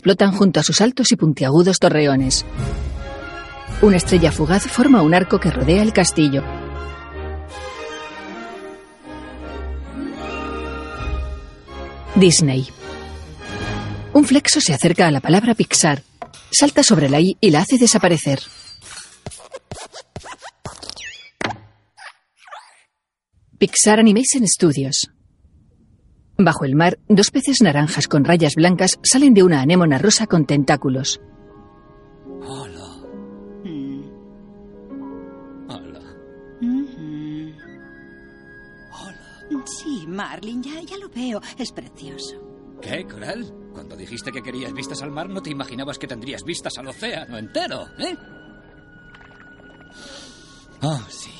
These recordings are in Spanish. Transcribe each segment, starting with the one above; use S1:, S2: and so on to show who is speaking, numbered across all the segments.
S1: flotan junto a sus altos y puntiagudos torreones. Una estrella fugaz forma un arco que rodea el castillo. Disney. Un flexo se acerca a la palabra Pixar, salta sobre la I y la hace desaparecer. Pixar Animation Studios. Bajo el mar, dos peces naranjas con rayas blancas salen de una anémona rosa con tentáculos.
S2: Hola.
S3: Mm.
S2: Hola.
S4: Mm.
S2: Hola.
S4: Sí, Marlin, ya, ya lo veo. Es precioso.
S2: ¿Qué, Coral? Cuando dijiste que querías vistas al mar, no te imaginabas que tendrías vistas al océano entero, ¿eh? Oh, sí.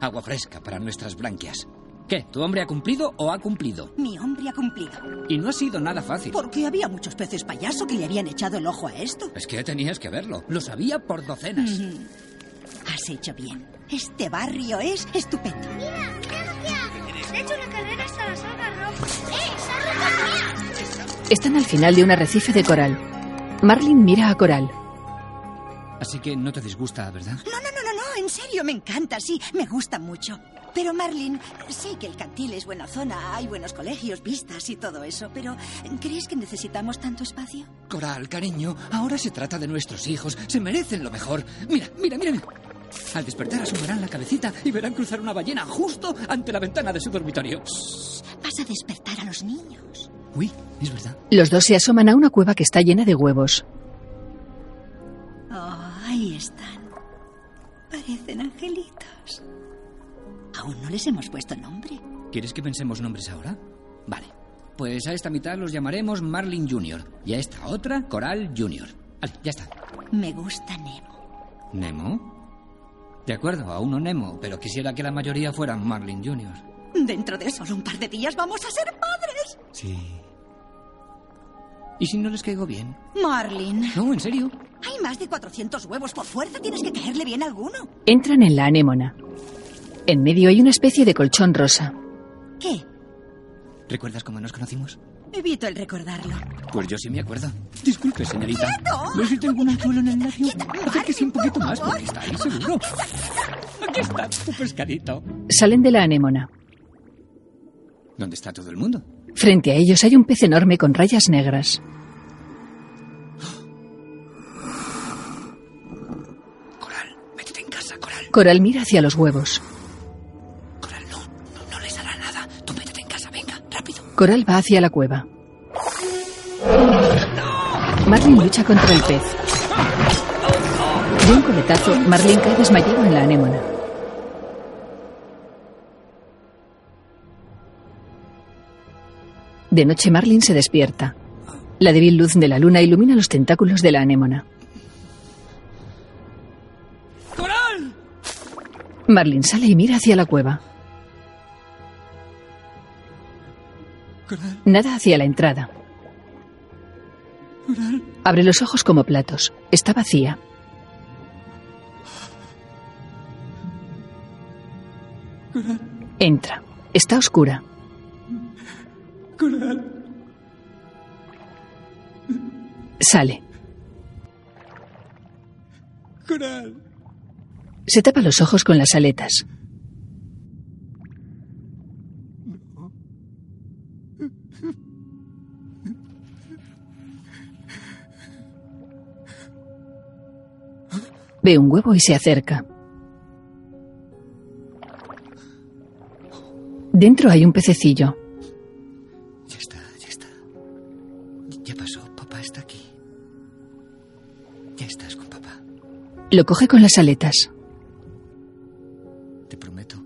S2: Agua fresca para nuestras blanquias. ¿Qué? ¿Tu hombre ha cumplido o ha cumplido?
S4: Mi hombre ha cumplido.
S2: Y no ha sido nada fácil.
S4: Porque había muchos peces payaso que le habían echado el ojo a esto.
S2: Es que tenías que verlo. Lo sabía por docenas.
S4: Mm. Has hecho bien. Este barrio es estupendo.
S5: ¡Mira! ¡Mira, Lucía! ¡He hecho una carrera hasta la saga roja! ¡Eh! ¡Saga roja!
S1: Están al final de un arrecife de coral. Marlin mira a Coral.
S2: Así que no te disgusta, ¿verdad?
S4: No, no, no, no, no, en serio, me encanta, sí, me gusta mucho. Pero Marlin, sé que el cantil es buena zona, hay buenos colegios, vistas y todo eso, pero ¿crees que necesitamos tanto espacio?
S2: Coral, cariño, ahora se trata de nuestros hijos. Se merecen lo mejor. Mira, mira, mira. mira. Al despertar asomarán la cabecita y verán cruzar una ballena justo ante la ventana de su dormitorio.
S4: Vas a despertar a los niños.
S2: Uy, es verdad.
S1: Los dos se asoman a una cueva que está llena de huevos.
S4: Oh, ahí están. Parecen angelitos. Aún no les hemos puesto nombre.
S2: ¿Quieres que pensemos nombres ahora? Vale. Pues a esta mitad los llamaremos Marlin Jr. y a esta otra Coral Jr. Vale, ya está.
S4: Me gusta Nemo.
S2: ¿Nemo? De acuerdo, a uno Nemo, pero quisiera que la mayoría fueran Marlin Jr.
S4: Dentro de solo un par de días vamos a ser padres.
S2: Sí. ¿Y si no les caigo bien?
S4: Marlin,
S2: No, en serio.
S4: hay más de 400 huevos. Por fuerza tienes que caerle bien a alguno.
S1: Entran en la anémona. En medio hay una especie de colchón rosa.
S4: ¿Qué?
S2: ¿Recuerdas cómo nos conocimos?
S4: Evito el recordarlo.
S2: Pues yo sí me acuerdo. Disculpe, señorita.
S4: ¡Quieto!
S2: ¿Ves si tengo un anzuelo en el labio? Acérquese un poquito más
S4: favor.
S2: porque está ahí seguro. Aquí está tu pescadito.
S1: Salen de la anémona.
S2: ¿Dónde está todo el mundo?
S1: Frente a ellos hay un pez enorme con rayas negras.
S2: Coral, métete en casa, Coral.
S1: Coral mira hacia los huevos.
S2: Coral, no, no, no les hará nada. Tú métete en casa, venga, rápido.
S1: Coral va hacia la cueva. Marlin lucha contra el pez. De un coletazo, Marlin cae desmayado en la anémona. De noche, Marlin se despierta. La débil luz de la luna ilumina los tentáculos de la anémona.
S2: ¡Coral!
S1: Marlin sale y mira hacia la cueva.
S2: Coral,
S1: Nada hacia la entrada.
S2: Coral.
S1: Abre los ojos como platos. Está vacía. Entra. Está oscura. Sale.
S2: Coral.
S1: Se tapa los ojos con las aletas. Ve un huevo y se acerca. Dentro hay un pececillo.
S2: Ya está, ya está. Ya pasó, papá está aquí. Ya estás con papá.
S1: Lo coge con las aletas.
S2: Te prometo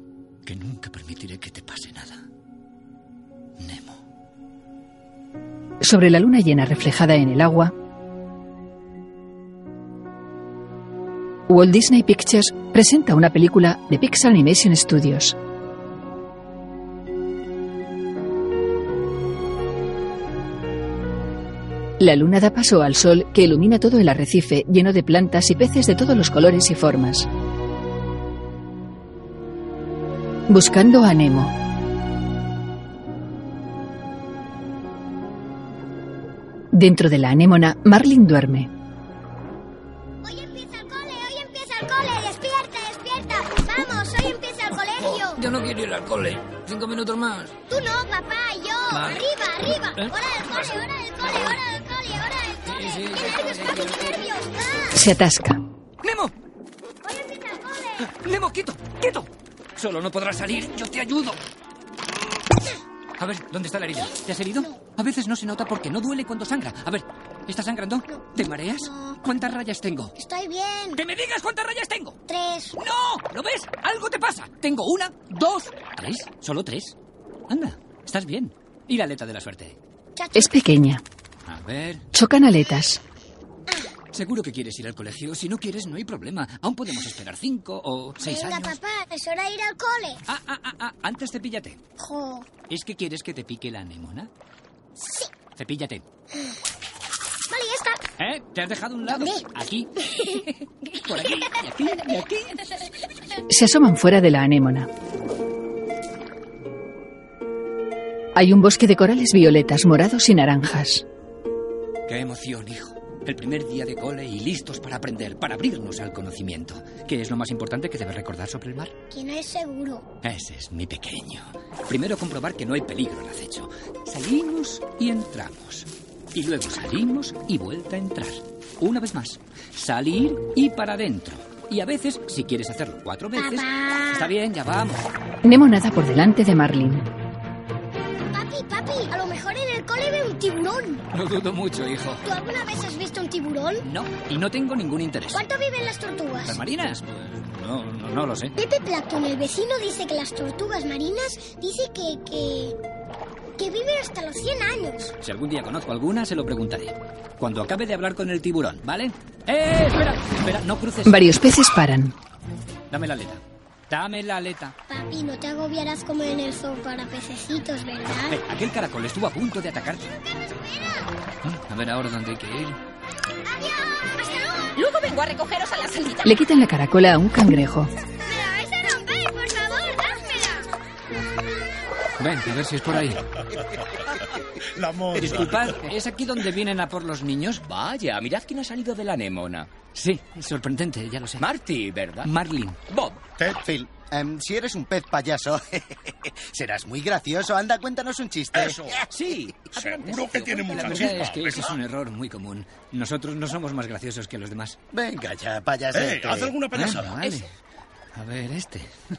S2: que nunca permitiré que te pase nada. Nemo.
S1: Sobre la luna llena reflejada en el agua, Walt Disney Pictures presenta una película de Pixar Animation Studios. La luna da paso al sol que ilumina todo el arrecife lleno de plantas y peces de todos los colores y formas. Buscando a Nemo. Dentro de la anémona, Marlin duerme.
S6: Hoy empieza el cole, hoy empieza el cole. Despierta, despierta. Vamos, hoy empieza el colegio.
S7: Yo no quiero ir al cole. Cinco minutos más.
S6: Tú no, papá, yo.
S7: Vale.
S6: Arriba, arriba.
S7: ¿Eh?
S6: Hora del cole, hora del cole, hora del cole, hora del
S7: Sí,
S6: cole.
S7: sí,
S6: ¡Qué
S7: sí,
S6: nervios,
S7: sí,
S6: papi,
S7: sí.
S6: qué nervios! ¡Va!
S1: Se atasca.
S2: ¡Nemo!
S6: Hoy empieza el cole.
S2: ¡Nemo, quieto! ¡Quieto! Solo no podrás salir. Yo te ayudo. A ver, ¿dónde está la herida? ¿Te has herido? A veces no se nota porque no duele cuando sangra. A ver, ¿estás sangrando? ¿Te mareas? ¿Cuántas rayas tengo?
S6: Estoy bien.
S2: ¡Que me digas cuántas rayas tengo!
S6: Tres.
S2: ¡No! ¿Lo ves? ¡Algo te pasa! Tengo una, dos, tres. Solo tres. Anda, estás bien. Y la aleta de la suerte.
S6: Chacho.
S1: Es pequeña.
S2: A ver.
S1: Chocan aletas.
S2: Seguro que quieres ir al colegio. Si no quieres, no hay problema. Aún podemos esperar cinco o seis
S6: Venga,
S2: años.
S6: papá, es hora de ir al cole.
S2: Ah, ah, ah, ah, antes cepíllate.
S6: Jo.
S2: ¿Es que quieres que te pique la anemona?
S6: Sí.
S2: Cepíllate.
S6: Vale, ya está.
S2: ¿Eh? ¿Te has dejado a un lado?
S6: ¿Dónde?
S2: Aquí. Por aquí, y aquí, y aquí.
S1: Se asoman fuera de la anémona. Hay un bosque de corales violetas, morados y naranjas.
S2: Qué emoción, hijo. El primer día de cole y listos para aprender, para abrirnos al conocimiento. ¿Qué es lo más importante que debes recordar sobre el mar?
S6: Que no es seguro.
S2: Ese es mi pequeño. Primero comprobar que no hay peligro en acecho. Salimos y entramos. Y luego salimos y vuelta a entrar. Una vez más. Salir y para adentro. Y a veces, si quieres hacerlo cuatro veces...
S6: Papá.
S2: Está bien, ya vamos.
S1: Nemo nada por delante de Marlin.
S6: Papi, papi, a lo mejor en el cole ve un tiburón.
S2: No dudo mucho, hijo.
S6: ¿Tú alguna vez has visto un tiburón?
S2: No, y no tengo ningún interés.
S6: ¿Cuánto viven las tortugas?
S2: ¿Las marinas? Pues no, no, no lo sé.
S6: Pepe Platón, el vecino, dice que las tortugas marinas dice que, que, que viven hasta los 100 años.
S2: Si algún día conozco alguna, se lo preguntaré. Cuando acabe de hablar con el tiburón, ¿vale? ¡Eh! Espera, espera, no cruces.
S1: Varios peces paran.
S2: Dame la aleta. Dame la aleta.
S6: Papi, no te agobiarás como en el zoo para pececitos,
S2: Eh,
S6: ¿verdad?
S2: aquel caracol estuvo a punto de atacarte. Mm, A ver ahora dónde hay que ir.
S8: Luego vengo a recogeros a la salida.
S1: Le quitan la caracola a un cangrejo.
S6: ¡Me la vais a romper, por favor, dámela!
S2: Ven, a ver si es por ahí.
S9: La
S3: Eh,
S9: moda.
S2: Disculpad, ¿es aquí donde vienen a por los niños?
S10: Vaya, mirad quién ha salido de la anemona.
S2: Sí, es sorprendente, ya lo sé.
S10: Marty, ¿verdad?
S2: Marlin.
S10: Bob.
S2: ¿Eh?
S9: Ted, Phil, em, si eres un pez payaso, serás muy gracioso. Anda, cuéntanos un chiste.
S10: Sí.
S9: Seguro que tiene mucha
S2: La verdad es que ese es un error muy común. Nosotros no somos más graciosos que los demás.
S9: Venga ya, este. payasete.
S5: Eh, haz alguna
S2: Ah,
S5: payasada.
S2: vale. A ver, este.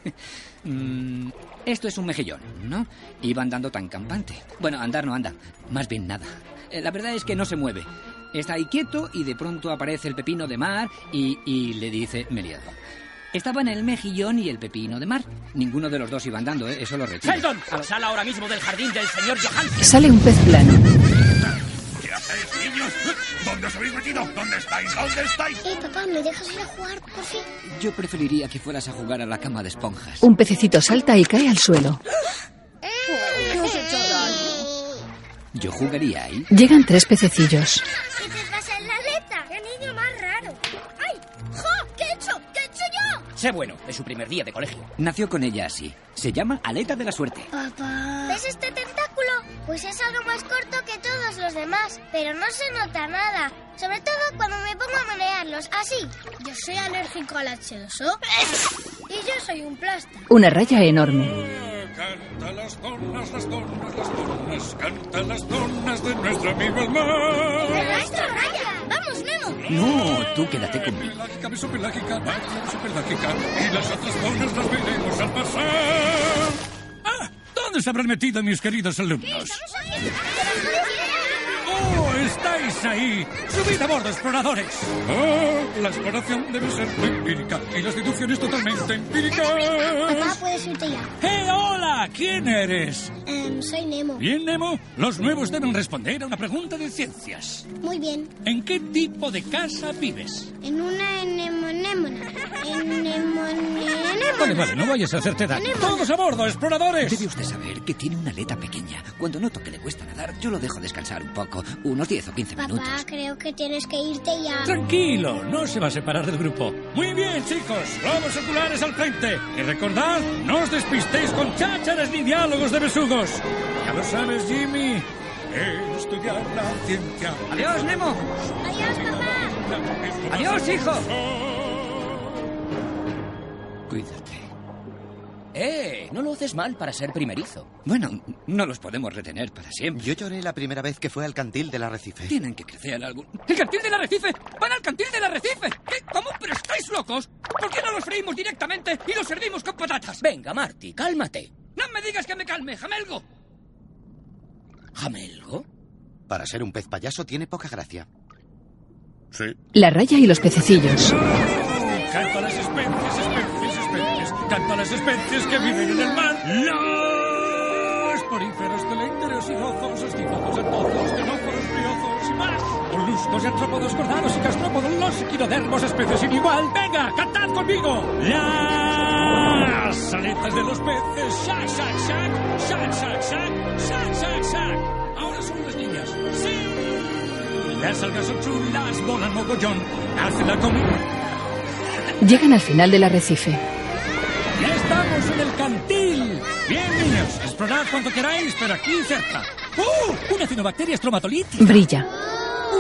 S2: Mm, esto es un mejillón, ¿no? Iba andando tan campante. Bueno, andar no anda. Más bien nada. Eh, la verdad es que no se mueve. Está ahí quieto y de pronto aparece el pepino de mar y, y le dice, me he liado. Estaban el mejillón y el pepino de mar. Ninguno de los dos iba andando, ¿eh? eso lo retiro.
S10: Sheldon, sal ahora mismo del jardín del señor Johansen.
S1: Sale un pez plano.
S5: ¿Qué hacéis, niños? ¿Dónde os habéis metido? ¿Dónde estáis? ¿Dónde estáis?
S6: Eh, papá, ¿me dejas ir a jugar, por fin?
S2: Yo preferiría que fueras a jugar a la cama de esponjas.
S1: Un pececito salta y cae al suelo.
S2: Yo jugaría ahí.
S1: Llegan tres pececillos.
S6: ¿Qué te pasa en la aleta? ¡Qué niño más raro! ¡Ay! ¡Jo! ¿Qué he hecho? ¿Qué he hecho yo?
S10: Sé bueno, es su primer día de colegio.
S2: Nació con ella así. Se llama aleta de la suerte.
S6: ¿Ves este tentáculo? Pues es algo más corto que todos los demás, pero no se nota nada. Sobre todo cuando me pongo a manearlos, así. Yo soy alérgico al H2O. y yo soy un plasta.
S1: Una raya enorme.
S5: Canta las donas, las donas, las donas. Canta las donas de nuestro amigo el mar.
S6: ¡Nuestra raya! ¡Vamos, Nemo!
S2: No, tú quédate conmigo.
S5: Pelágica, mesopelágica, pelágica. Y las otras donas las veremos al pasar. Ah, ¿dónde se habrán metido mis queridos alumnos? ¡Oh, estáis ahí! ¡Subid a bordo, exploradores! Oh, la exploración debe ser empírica y las deducciones totalmente
S6: Papá,
S5: empíricas.
S6: puedes irte ya.
S5: ¡Eh, hola! ¿Quién eres?
S6: Em, soy Nemo.
S5: Bien, Nemo, los nuevos deben responder a una pregunta de ciencias.
S6: Muy bien.
S5: ¿En qué tipo de casa vives?
S6: En una anemonémona. Anemonémona.
S5: Vale, vale, no vayas a hacerte daño. ¡Todos a bordo,
S2: Debe
S5: exploradores!
S2: usted saber que tiene una aleta pequeña. Cuando noto que le cuesta nadar, yo lo dejo descansar un poco, unos 10 o 15
S6: Papá,
S2: minutos.
S6: creo que tienes que irte ya.
S5: Tranquilo, no se va a separar del grupo. Muy bien, chicos, globos oculares al frente. Y recordad, no os despistéis con chácharas ni diálogos de besugos. Ya lo sabes, Jimmy. estudiar la ciencia.
S2: ¡Adiós, Nemo!
S6: ¡Adiós, papá!
S2: ¡Adiós, hijo! Cuídate.
S10: ¡Eh! No lo haces mal para ser primerizo.
S2: Bueno, no los podemos retener para siempre.
S9: Yo lloré la primera vez que fue al cantil del arrecife.
S2: Tienen que crecer algún. ¡El cantil del arrecife! ¡Van al cantil del arrecife! ¿Qué? ¿Cómo? ¿Pero estáis locos? ¿Por qué no los freímos directamente y los servimos con patatas?
S10: Venga, Marty, cálmate.
S2: ¡No me digas que me calme, Jamelgo!
S10: ¿Jamelgo?
S9: Para ser un pez payaso tiene poca gracia.
S5: Sí.
S1: La raya y los pececillos.
S5: Canto a las especies, especies, especies. Canto a las especies que viven en el mar. Los poríferos, telécteros, hinojos, estifozos, antojos, tenóforos, briozos y más. Moluscos, y artrópodos, cordados y gastrópodos, los equinodermos, especies sin igual. ¡Venga, cantad conmigo! Las aletas de los peces. ¡Shack, shack, shack! ¡Shack, shack, shack! ¡Shack, shack, shack! Ahora son las niñas. ¡Sí! Las algas son chulas, volan mogollón. Hacen la comida.
S1: Llegan al final del arrecife.
S5: ¡Ya estamos en el cantil! Bien, niños, explorad cuanto queráis, pero aquí cerca. ¡Uh! Una cinobacteria estromatolítica.
S1: Brilla.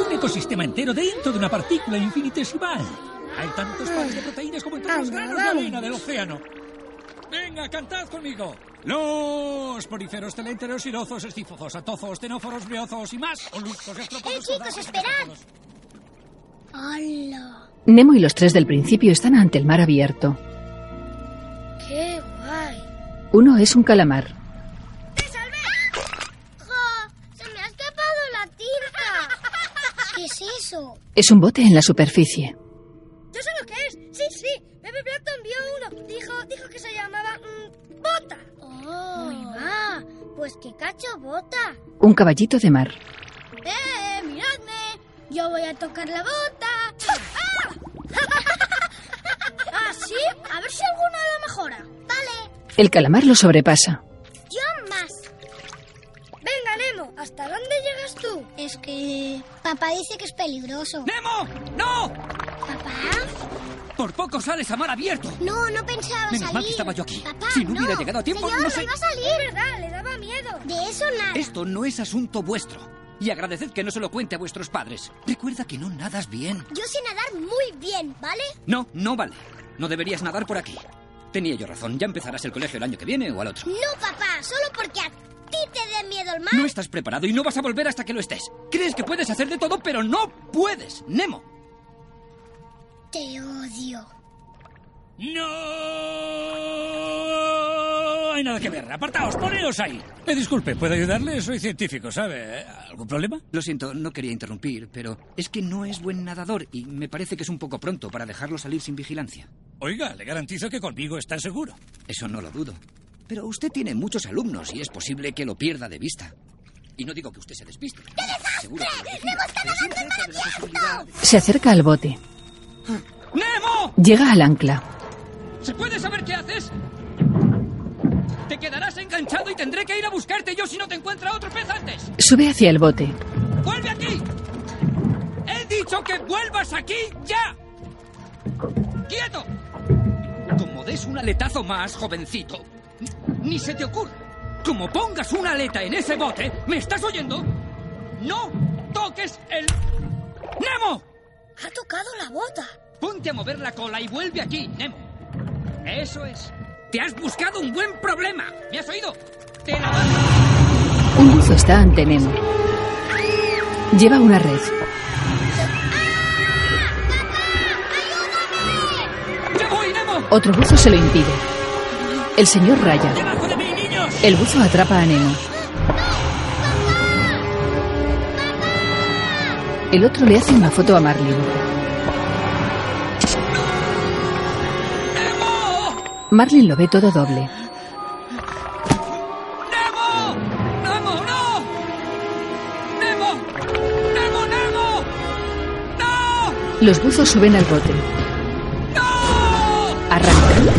S5: Un ecosistema entero dentro de una partícula infinitesimal. Hay tantos pares de proteínas como en todos los granos de arena del océano. Venga, cantad conmigo. Los poríferos, telénteros, hirozos, estífofos, atofos, tenóforos, briozos y más. Oluscos,
S6: Eh,
S5: astrópodos...
S6: chicos, esperad. ¡Hala!
S1: Nemo y los tres del principio están ante el mar abierto.
S6: ¡Qué guay!
S1: Uno es un calamar.
S6: ¡Te salvé! ¡Jo! ¡Se me ha escapado la tinta! ¿Qué es eso?
S1: Es un bote en la superficie.
S6: Yo sé lo que es. Sí, sí. Pepe Platon vio uno. Dijo, dijo que se llamaba mm, Bota. Oh. Muy va. Pues que cacho Bota.
S1: Un caballito de mar.
S6: ¡Eh, miradme! Yo voy a tocar la bota. ¡Ah! ¿Así? a ver si alguna la mejora. Vale.
S1: El calamar lo sobrepasa.
S6: Yo más. Venga, Nemo, ¿hasta dónde llegas tú? Es que... Papá dice que es peligroso.
S2: ¡Nemo! ¡No!
S6: ¿Papá?
S2: Por poco sales a mar abierto.
S6: No, no pensaba
S2: Menos mal que estaba yo aquí. Si no hubiera llegado a tiempo,
S6: Señor,
S2: no sé-
S6: me va a salir. Es verdad, le daba miedo. De eso nada.
S2: Esto no es asunto vuestro. Y agradeced que no se lo cuente a vuestros padres. Recuerda que no nadas bien.
S6: Yo sé nadar muy bien, ¿vale?
S2: No, no vale. No deberías nadar por aquí. Tenía yo razón. Ya empezarás el colegio el año que viene o al otro.
S6: No, papá, solo porque a ti te dé miedo el mar.
S2: No estás preparado y no vas a volver hasta que lo estés. Crees que puedes hacer de todo, pero no puedes, Nemo.
S6: Te odio.
S5: ¡No! Hay nada que ver. Apartaos, poneos ahí. Eh, disculpe, ¿puedo ayudarle? Soy científico, ¿sabe? ¿Algún problema?
S2: Lo siento, no quería interrumpir, pero es que no es buen nadador y me parece que es un poco pronto para dejarlo salir sin vigilancia.
S5: Oiga, le garantizo que conmigo está seguro.
S2: Eso no lo dudo. Pero usted tiene muchos alumnos y es posible que lo pierda de vista. Y no digo que usted se despiste. ¡Qué desastre! ¡Nemo está nadando
S1: Se acerca al bote.
S2: ¡Nemo!
S1: Llega al ancla.
S2: ¿Se puede saber qué haces? Te quedarás enganchado y tendré que ir a buscarte yo si no te encuentra otro pez antes.
S1: Sube hacia el bote.
S2: ¡Vuelve aquí! ¡He dicho que vuelvas aquí ya! ¡Quieto! Como des un aletazo más, jovencito, ni se te ocurra. Como pongas una aleta en ese bote, ¿me estás oyendo? ¡No toques el. ¡Nemo!
S6: Ha tocado la bota.
S2: Ponte a mover la cola y vuelve aquí, Nemo. Eso es. Te has buscado un buen problema. ¿Me has oído? Te la vas-
S1: Un buzo está ante Nemo. Lleva una red.
S2: ¡Ya voy, Nemo!
S1: Otro buzo se lo impide. El señor raya.
S2: ¡Debajo de mí, niños!
S1: El buzo atrapa a Nemo. El otro le hace una foto a Marlin.
S2: ¡Nemo!
S1: Marlin lo ve todo doble.
S2: ¡Nemo! ¡Nemo, no! ¡Nemo! ¡Nemo, Nemo! ¡No!
S1: Los buzos suben al bote. Arranca.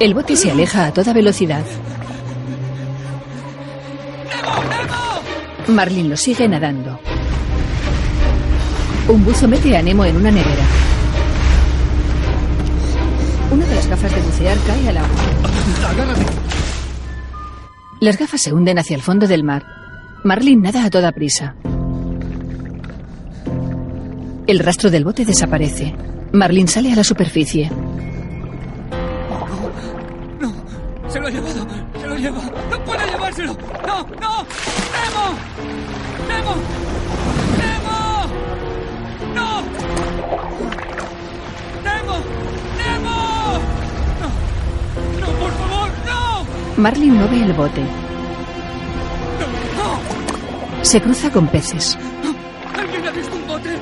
S1: El bote se aleja a toda velocidad. Marlin lo sigue nadando. Un buzo mete a Nemo en una nevera. Una de las gafas de bucear cae al agua. Las gafas se hunden hacia el fondo del mar. Marlin nada a toda prisa. El rastro del bote desaparece. Marlin sale a la superficie.
S2: ¡Se lo ha llevado! ¡Se lo lleva! ¡No puede llevárselo! ¡No! ¡No! ¡Nemo! ¡Nemo! ¡Nemo! ¡No! ¡Nemo! ¡Nemo! ¡No! ¡No, por favor! ¡No!
S1: Marlin mueve el bote.
S2: ¡No!
S1: Se cruza con peces.
S2: ¿Alguien ha visto un bote?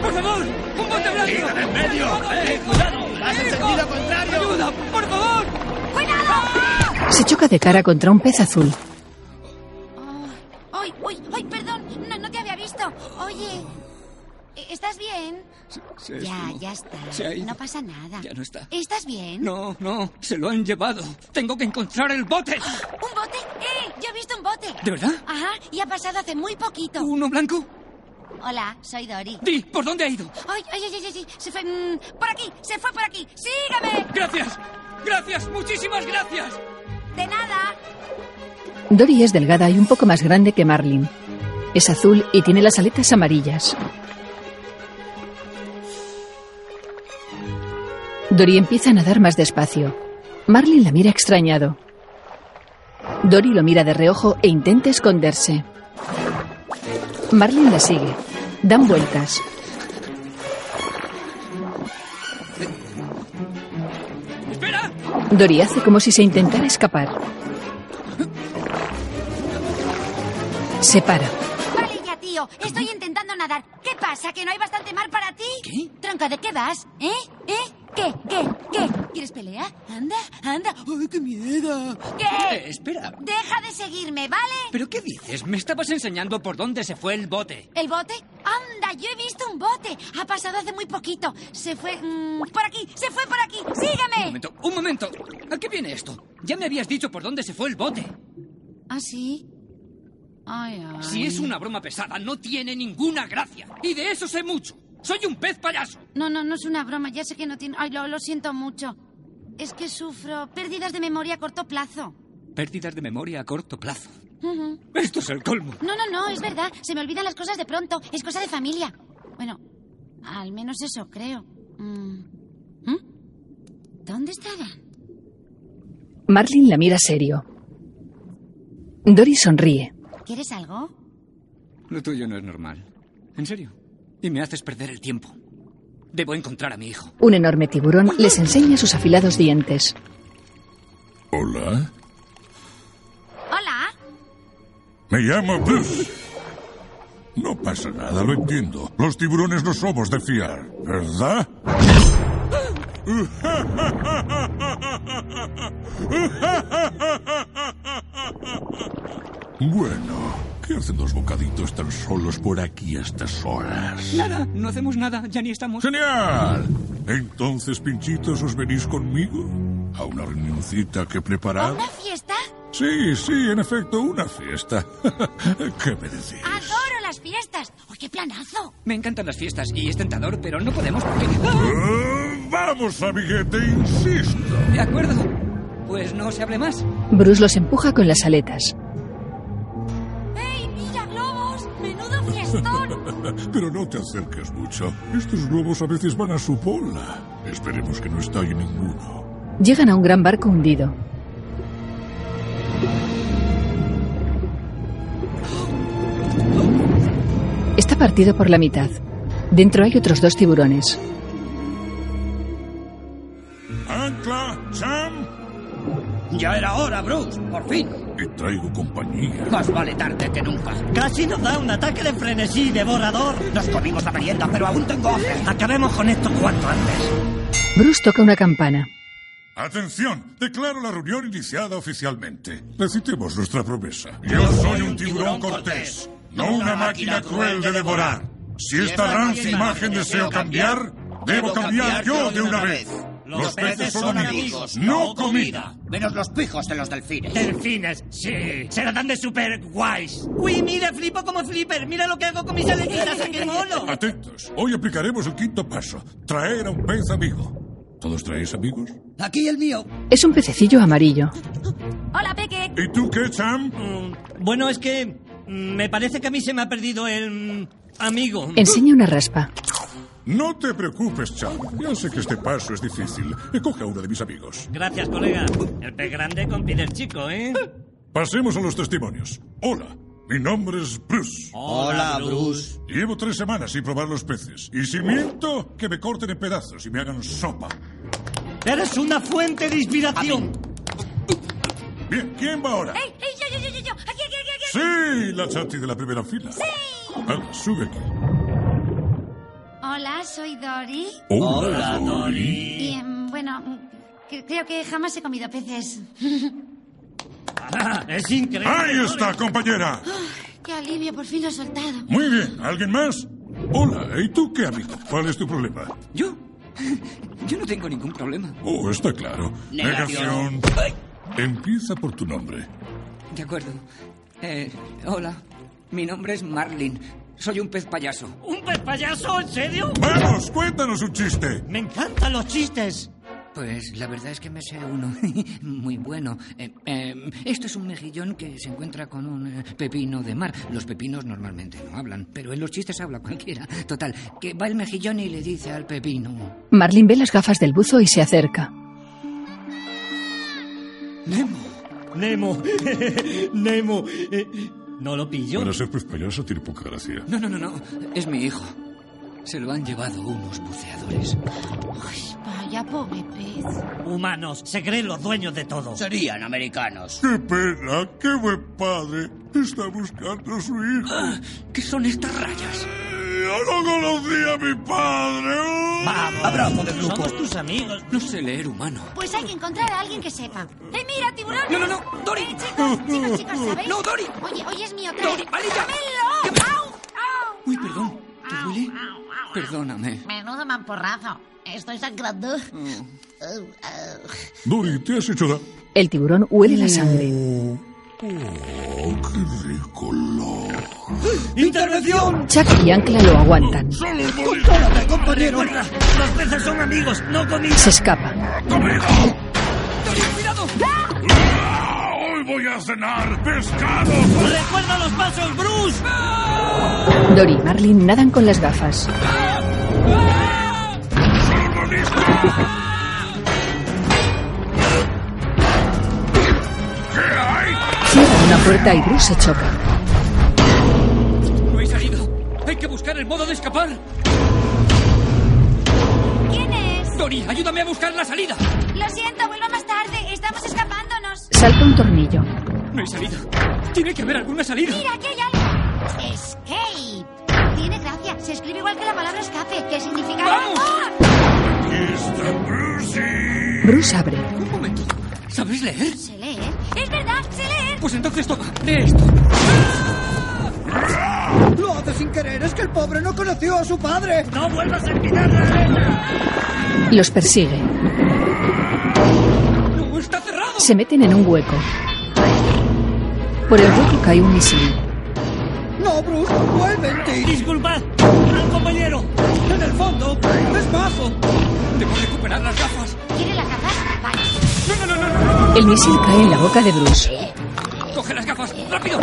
S2: ¡Por favor! ¡Un bote blanco!
S7: ¡Sigan en medio!
S2: ¡Eh,
S7: cuidado! ¡Vas en sentido contrario!
S2: ¡Ayuda! ¡Por favor! ¡Ah!
S1: Se choca de cara contra un pez azul.
S4: ¡Ay, uy, ay, perdón! No, no te había visto. Oye, ¿estás bien?
S2: Se
S4: ya,
S2: esfumó.
S4: ya está.
S2: Se ha ido.
S4: No pasa nada.
S2: Ya no
S6: ¿Eh?
S2: está.
S4: ¿Estás bien?
S2: No, no, se lo han llevado. Tengo que encontrar el bote.
S4: ¿Un bote? ¡Eh! Yo he visto un bote.
S2: ¿De verdad?
S4: Ajá, y ha pasado hace muy poquito.
S2: ¿Uno blanco?
S4: Hola, soy Dori.
S2: Di, ¿por dónde ha ido?
S4: Ay, ay, ay, ay, ay, se fue... mm, por aquí, se fue por aquí. ¡Sígueme!
S2: Gracias, gracias, muchísimas gracias.
S4: De nada.
S1: Dory es delgada y un poco más grande que Marlin. Es azul y tiene las aletas amarillas. Dory empieza a nadar más despacio. Marlin la mira extrañado. Dory lo mira de reojo e intenta esconderse. Marlin la sigue. Dan vueltas.
S2: ¡Espera!
S1: Dory hace como si se intentara escapar. Se para.
S4: Vale ya, tío. Estoy intentando nadar. ¿Qué pasa? ¿Que no hay bastante mar para ti?
S2: ¿Qué?
S4: Tronca, ¿de qué vas? ¿Eh? ¿Eh? ¿Qué? ¿Qué? ¿Qué? ¿Quieres pelea? Anda, anda. ¡Ay, qué miedo!
S2: Eh,
S4: ¿Qué?
S2: espera.
S4: Deja de seguirme, ¿vale?
S2: ¿Pero qué dices? Pues Me estabas enseñando por dónde se fue el bote.
S4: ¿El bote? Anda, yo he visto un bote. Ha pasado hace muy poquito. Se fue... mm, por aquí, se fue por aquí.
S2: Un
S4: Sígueme.
S2: momento, un momento. ¿A qué viene esto? Ya me habías dicho por dónde se fue el bote.
S4: ¿Ah, sí? Ay, ay.
S2: Si es una broma pesada, no tiene ninguna gracia. Y de eso sé mucho. Soy un pez payaso.
S4: No, no, no es una broma. Ya sé que no tiene... Ay, lo, lo siento mucho. Es que sufro pérdidas de memoria a corto plazo.
S2: Pérdidas de memoria a corto plazo.
S4: Ujú.
S2: Esto es el colmo.
S4: No, no, no, es verdad. Se me olvidan las cosas de pronto. Es cosa de familia. Bueno, al menos eso creo. Mm. ¿Mm? ¿Dónde estaban?
S1: Marlin la mira serio. Dory sonríe.
S4: ¿Quieres algo?
S2: Lo tuyo no es normal. ¿En serio? Y me haces perder el tiempo. Debo encontrar a mi hijo.
S1: Un enorme tiburón les enseña sus afilados dientes.
S3: Hola.
S4: Hola.
S3: Me llamo Puff. No pasa nada, lo entiendo. Los tiburones no somos de fiar, ¿verdad? Bueno, ¿qué hacen dos bocaditos tan solos por aquí a estas horas?
S2: Nada, no hacemos nada, ya ni estamos.
S3: ¡Genial! Entonces, pinchitos, ¿os venís conmigo? ¿A una reunioncita que he
S4: ¿A
S3: preparado?
S4: una fiesta?
S3: Sí, sí, en efecto, una fiesta. ¿Qué me decís?
S4: Adoro las fiestas. ¡Uy, qué planazo!
S2: Me encantan las fiestas y es tentador, pero no podemos porque...
S3: Ah, Vamos, amiguete, insisto.
S2: ¡Ah! De acuerdo. Pues no se hable más.
S1: Bruce los empuja con las aletas.
S4: ¡Ey, mira, globos! ¡Menudo fiestón!
S3: Pero no te acerques mucho. Estos globos a veces van a su bola. Esperemos que no estalle ninguno.
S1: Llegan a un gran barco hundido. Está partido por la mitad. Dentro hay otros dos tiburones.
S3: Ancla, Sam,
S2: Ya era hora, Bruce. Por fin.
S3: y traigo compañía.
S2: Más vale tarde que nunca.
S7: Casi nos da un ataque de frenesí devorador. Nos comimos la merienda, pero aún tengo hambre. Acabemos con esto cuanto antes.
S1: Bruce toca una campana.
S3: Atención, declaro la reunión iniciada oficialmente. Recitemos nuestra promesa. Yo soy un tiburón cortés, no una máquina cruel de devorar. Si esta rancia imagen deseo cambiar, debo cambiar yo de una vez. Los peces son amigos, no comida.
S7: Menos los pijos de los delfines.
S5: Delfines, sí. Será tan de super guays.
S7: Uy, mira, flipo como flipper. Mira lo que hago con mis aletitas, ¿a qué mono?
S3: Atentos, hoy aplicaremos el quinto paso, traer a un pez amigo. ¿Todos traéis amigos?
S7: Aquí el mío.
S1: Es un pececillo amarillo.
S4: Hola, Peque,
S3: ¿Y tú qué, Sam?
S5: Bueno, es que mm, me parece que a mí se me ha perdido el mm, amigo.
S1: Enseña una raspa.
S3: No te preocupes, Cham. Ya sé que este paso es difícil. Coge a uno de mis amigos.
S5: Gracias, colega. El pez grande con pie del chico, ¿eh?
S3: Pasemos a los testimonios. Hola, mi nombre es Bruce.
S5: Hola, Bruce.
S3: Llevo tres semanas sin probar los peces. Y si miento, que me corten en pedazos y me hagan sopa.
S5: Eres una fuente de inspiración.
S3: Bien, ¿quién va ahora?
S6: ¡Ey, ey, yo, yo, yo, yo, yo! ¡Aquí, aquí, aquí, aquí!
S3: Sí, la chati de la primera fila. Sí. Vale, sube aquí.
S4: Hola, soy Dory.
S3: Hola, Dory.
S4: Y em, bueno, mm, cre- creo que jamás he comido peces.
S5: Ah, Es increíble.
S3: Ahí está,
S2: Ah.
S3: compañera.
S4: Qué alivio, por fin lo he soltado.
S3: Muy bien, ¿alguien más? Hola, ¿y tú qué, amigo? ¿Cuál es tu problema?
S2: ¿Yo? Yo no tengo ningún problema.
S3: Oh, está claro.
S2: Negación.
S3: Empieza por tu nombre.
S2: De acuerdo. Eh, hola, mi nombre es Marlin. Soy un pez payaso.
S5: ¿Un pez payaso? ¿En serio?
S3: ¡Vamos, cuéntanos un chiste!
S5: Me encantan los chistes.
S2: Pues la verdad es que me sé uno muy bueno. Eh, eh, esto es un mejillón que se encuentra con un eh, pepino de mar. Los pepinos normalmente no hablan, pero en los chistes habla cualquiera. Total, que va el mejillón y le dice al pepino...
S1: Marlin ve las gafas del buzo y se acerca.
S5: Nemo. Nemo. Nemo. Eh, no lo pillo.
S3: Para ser pez payaso tiene poca gracia.
S2: No, no, no, no, es mi hijo. Se lo han llevado unos buceadores.
S4: Vaya, pobre pez.
S5: Humanos, se creen los dueños de todo.
S11: Serían americanos.
S3: ¡Qué pena! ¡Qué buen padre! Está buscando a su hijo.
S2: Ah,
S3: Eh,
S2: ¿Qué son estas rayas?
S3: ¡Yo no conocí a mi padre!
S11: abrazo de grupo.
S5: Somos tus amigos.
S2: No sé leer humano.
S4: Pues hay que encontrar a alguien que sepa. ¡Eh,
S6: ¡Ey, mira, tiburón!
S2: No, no, no, Dory.
S4: Chicos, chicos, chicos, ¿sabéis?
S2: No, Dory.
S4: Oye, oye, es mío otra
S2: Dory,
S4: vez.
S2: varilla.
S4: ¡Dámelo! ¡Au! ¡Au!
S2: Uy, perdón. ¿Te
S4: Au,
S2: duele?
S4: au, au, au.
S2: Perdóname.
S4: Menudo mamporrazo. Estoy sangrando.
S2: Mm.
S4: Uh.
S3: Dory, te has hecho daño.
S1: El tiburón huele la sangre.
S3: Oh, qué rico olor.
S5: ¡Intervención!
S1: Chuck y Ancla lo aguantan.
S3: ¡Solo un bolillo!
S5: ¡Cómprate, compañero! Los peces son amigos, no comidas.
S1: Se escapa.
S3: ¡Ah, ¡Hoy voy a cenar pescado!
S5: ¡Recuerda los pasos, Bruce!
S1: Dory y Marlin nadan con las gafas. Cierra una puerta y Bruce se choca.
S2: No he salido. Hay que buscar el modo de escapar.
S6: ¿Quién es?
S2: Dory, ayúdame a buscar la salida.
S6: Lo siento, vuelvo más tarde. Estamos escapándonos.
S1: Salta un tornillo.
S2: No hay salida. Tiene que haber alguna salida.
S6: Mira, aquí hay algo.
S4: ¡Escape! Tiene gracia. Se escribe igual que la palabra escape, que significa...
S2: ¡Vamos!
S3: ¡Está Brucey!
S1: Bruce abre.
S2: Un momento. ¿Sabes leer?
S4: Se lee, ¿eh?
S6: Es verdad, se lee.
S2: Pues entonces toma, lee esto.
S5: ¡Ah! Lo hace sin querer, es que el pobre no conoció a su padre. ¡No vuelvas a quitar la arena!
S1: Los persigue.
S2: ¡No, está cerrado!
S1: Se meten en un hueco. Por el hueco cae un misil.
S5: Disculpad, compañero. En el fondo, es bajo.
S2: Debo recuperar las gafas.
S4: ¿Quiere las gafas? Vale.
S2: No, no, no, no, no.
S1: El misil cae en la boca de Bruce.
S2: Coge las gafas, rápido.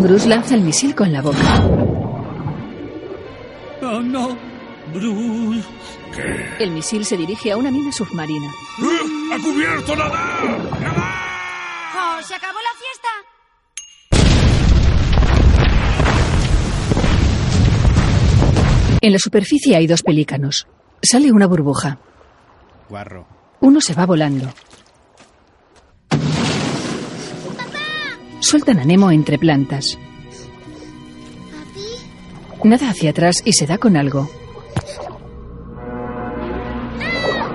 S1: Bruce lanza el misil con la boca.
S5: Oh, no. Bruce.
S1: El misil se dirige a una mina submarina.
S3: ¡Ah, ¡A cubierto, nada! ¡Nada!
S4: ¡Oh, se acabó la fiesta!
S1: En la superficie hay dos pelícanos. Sale una burbuja.
S11: Guarro.
S1: Uno se va volando. Sueltan a Nemo entre plantas.
S12: Papi,
S1: Nada hacia atrás y se da con algo.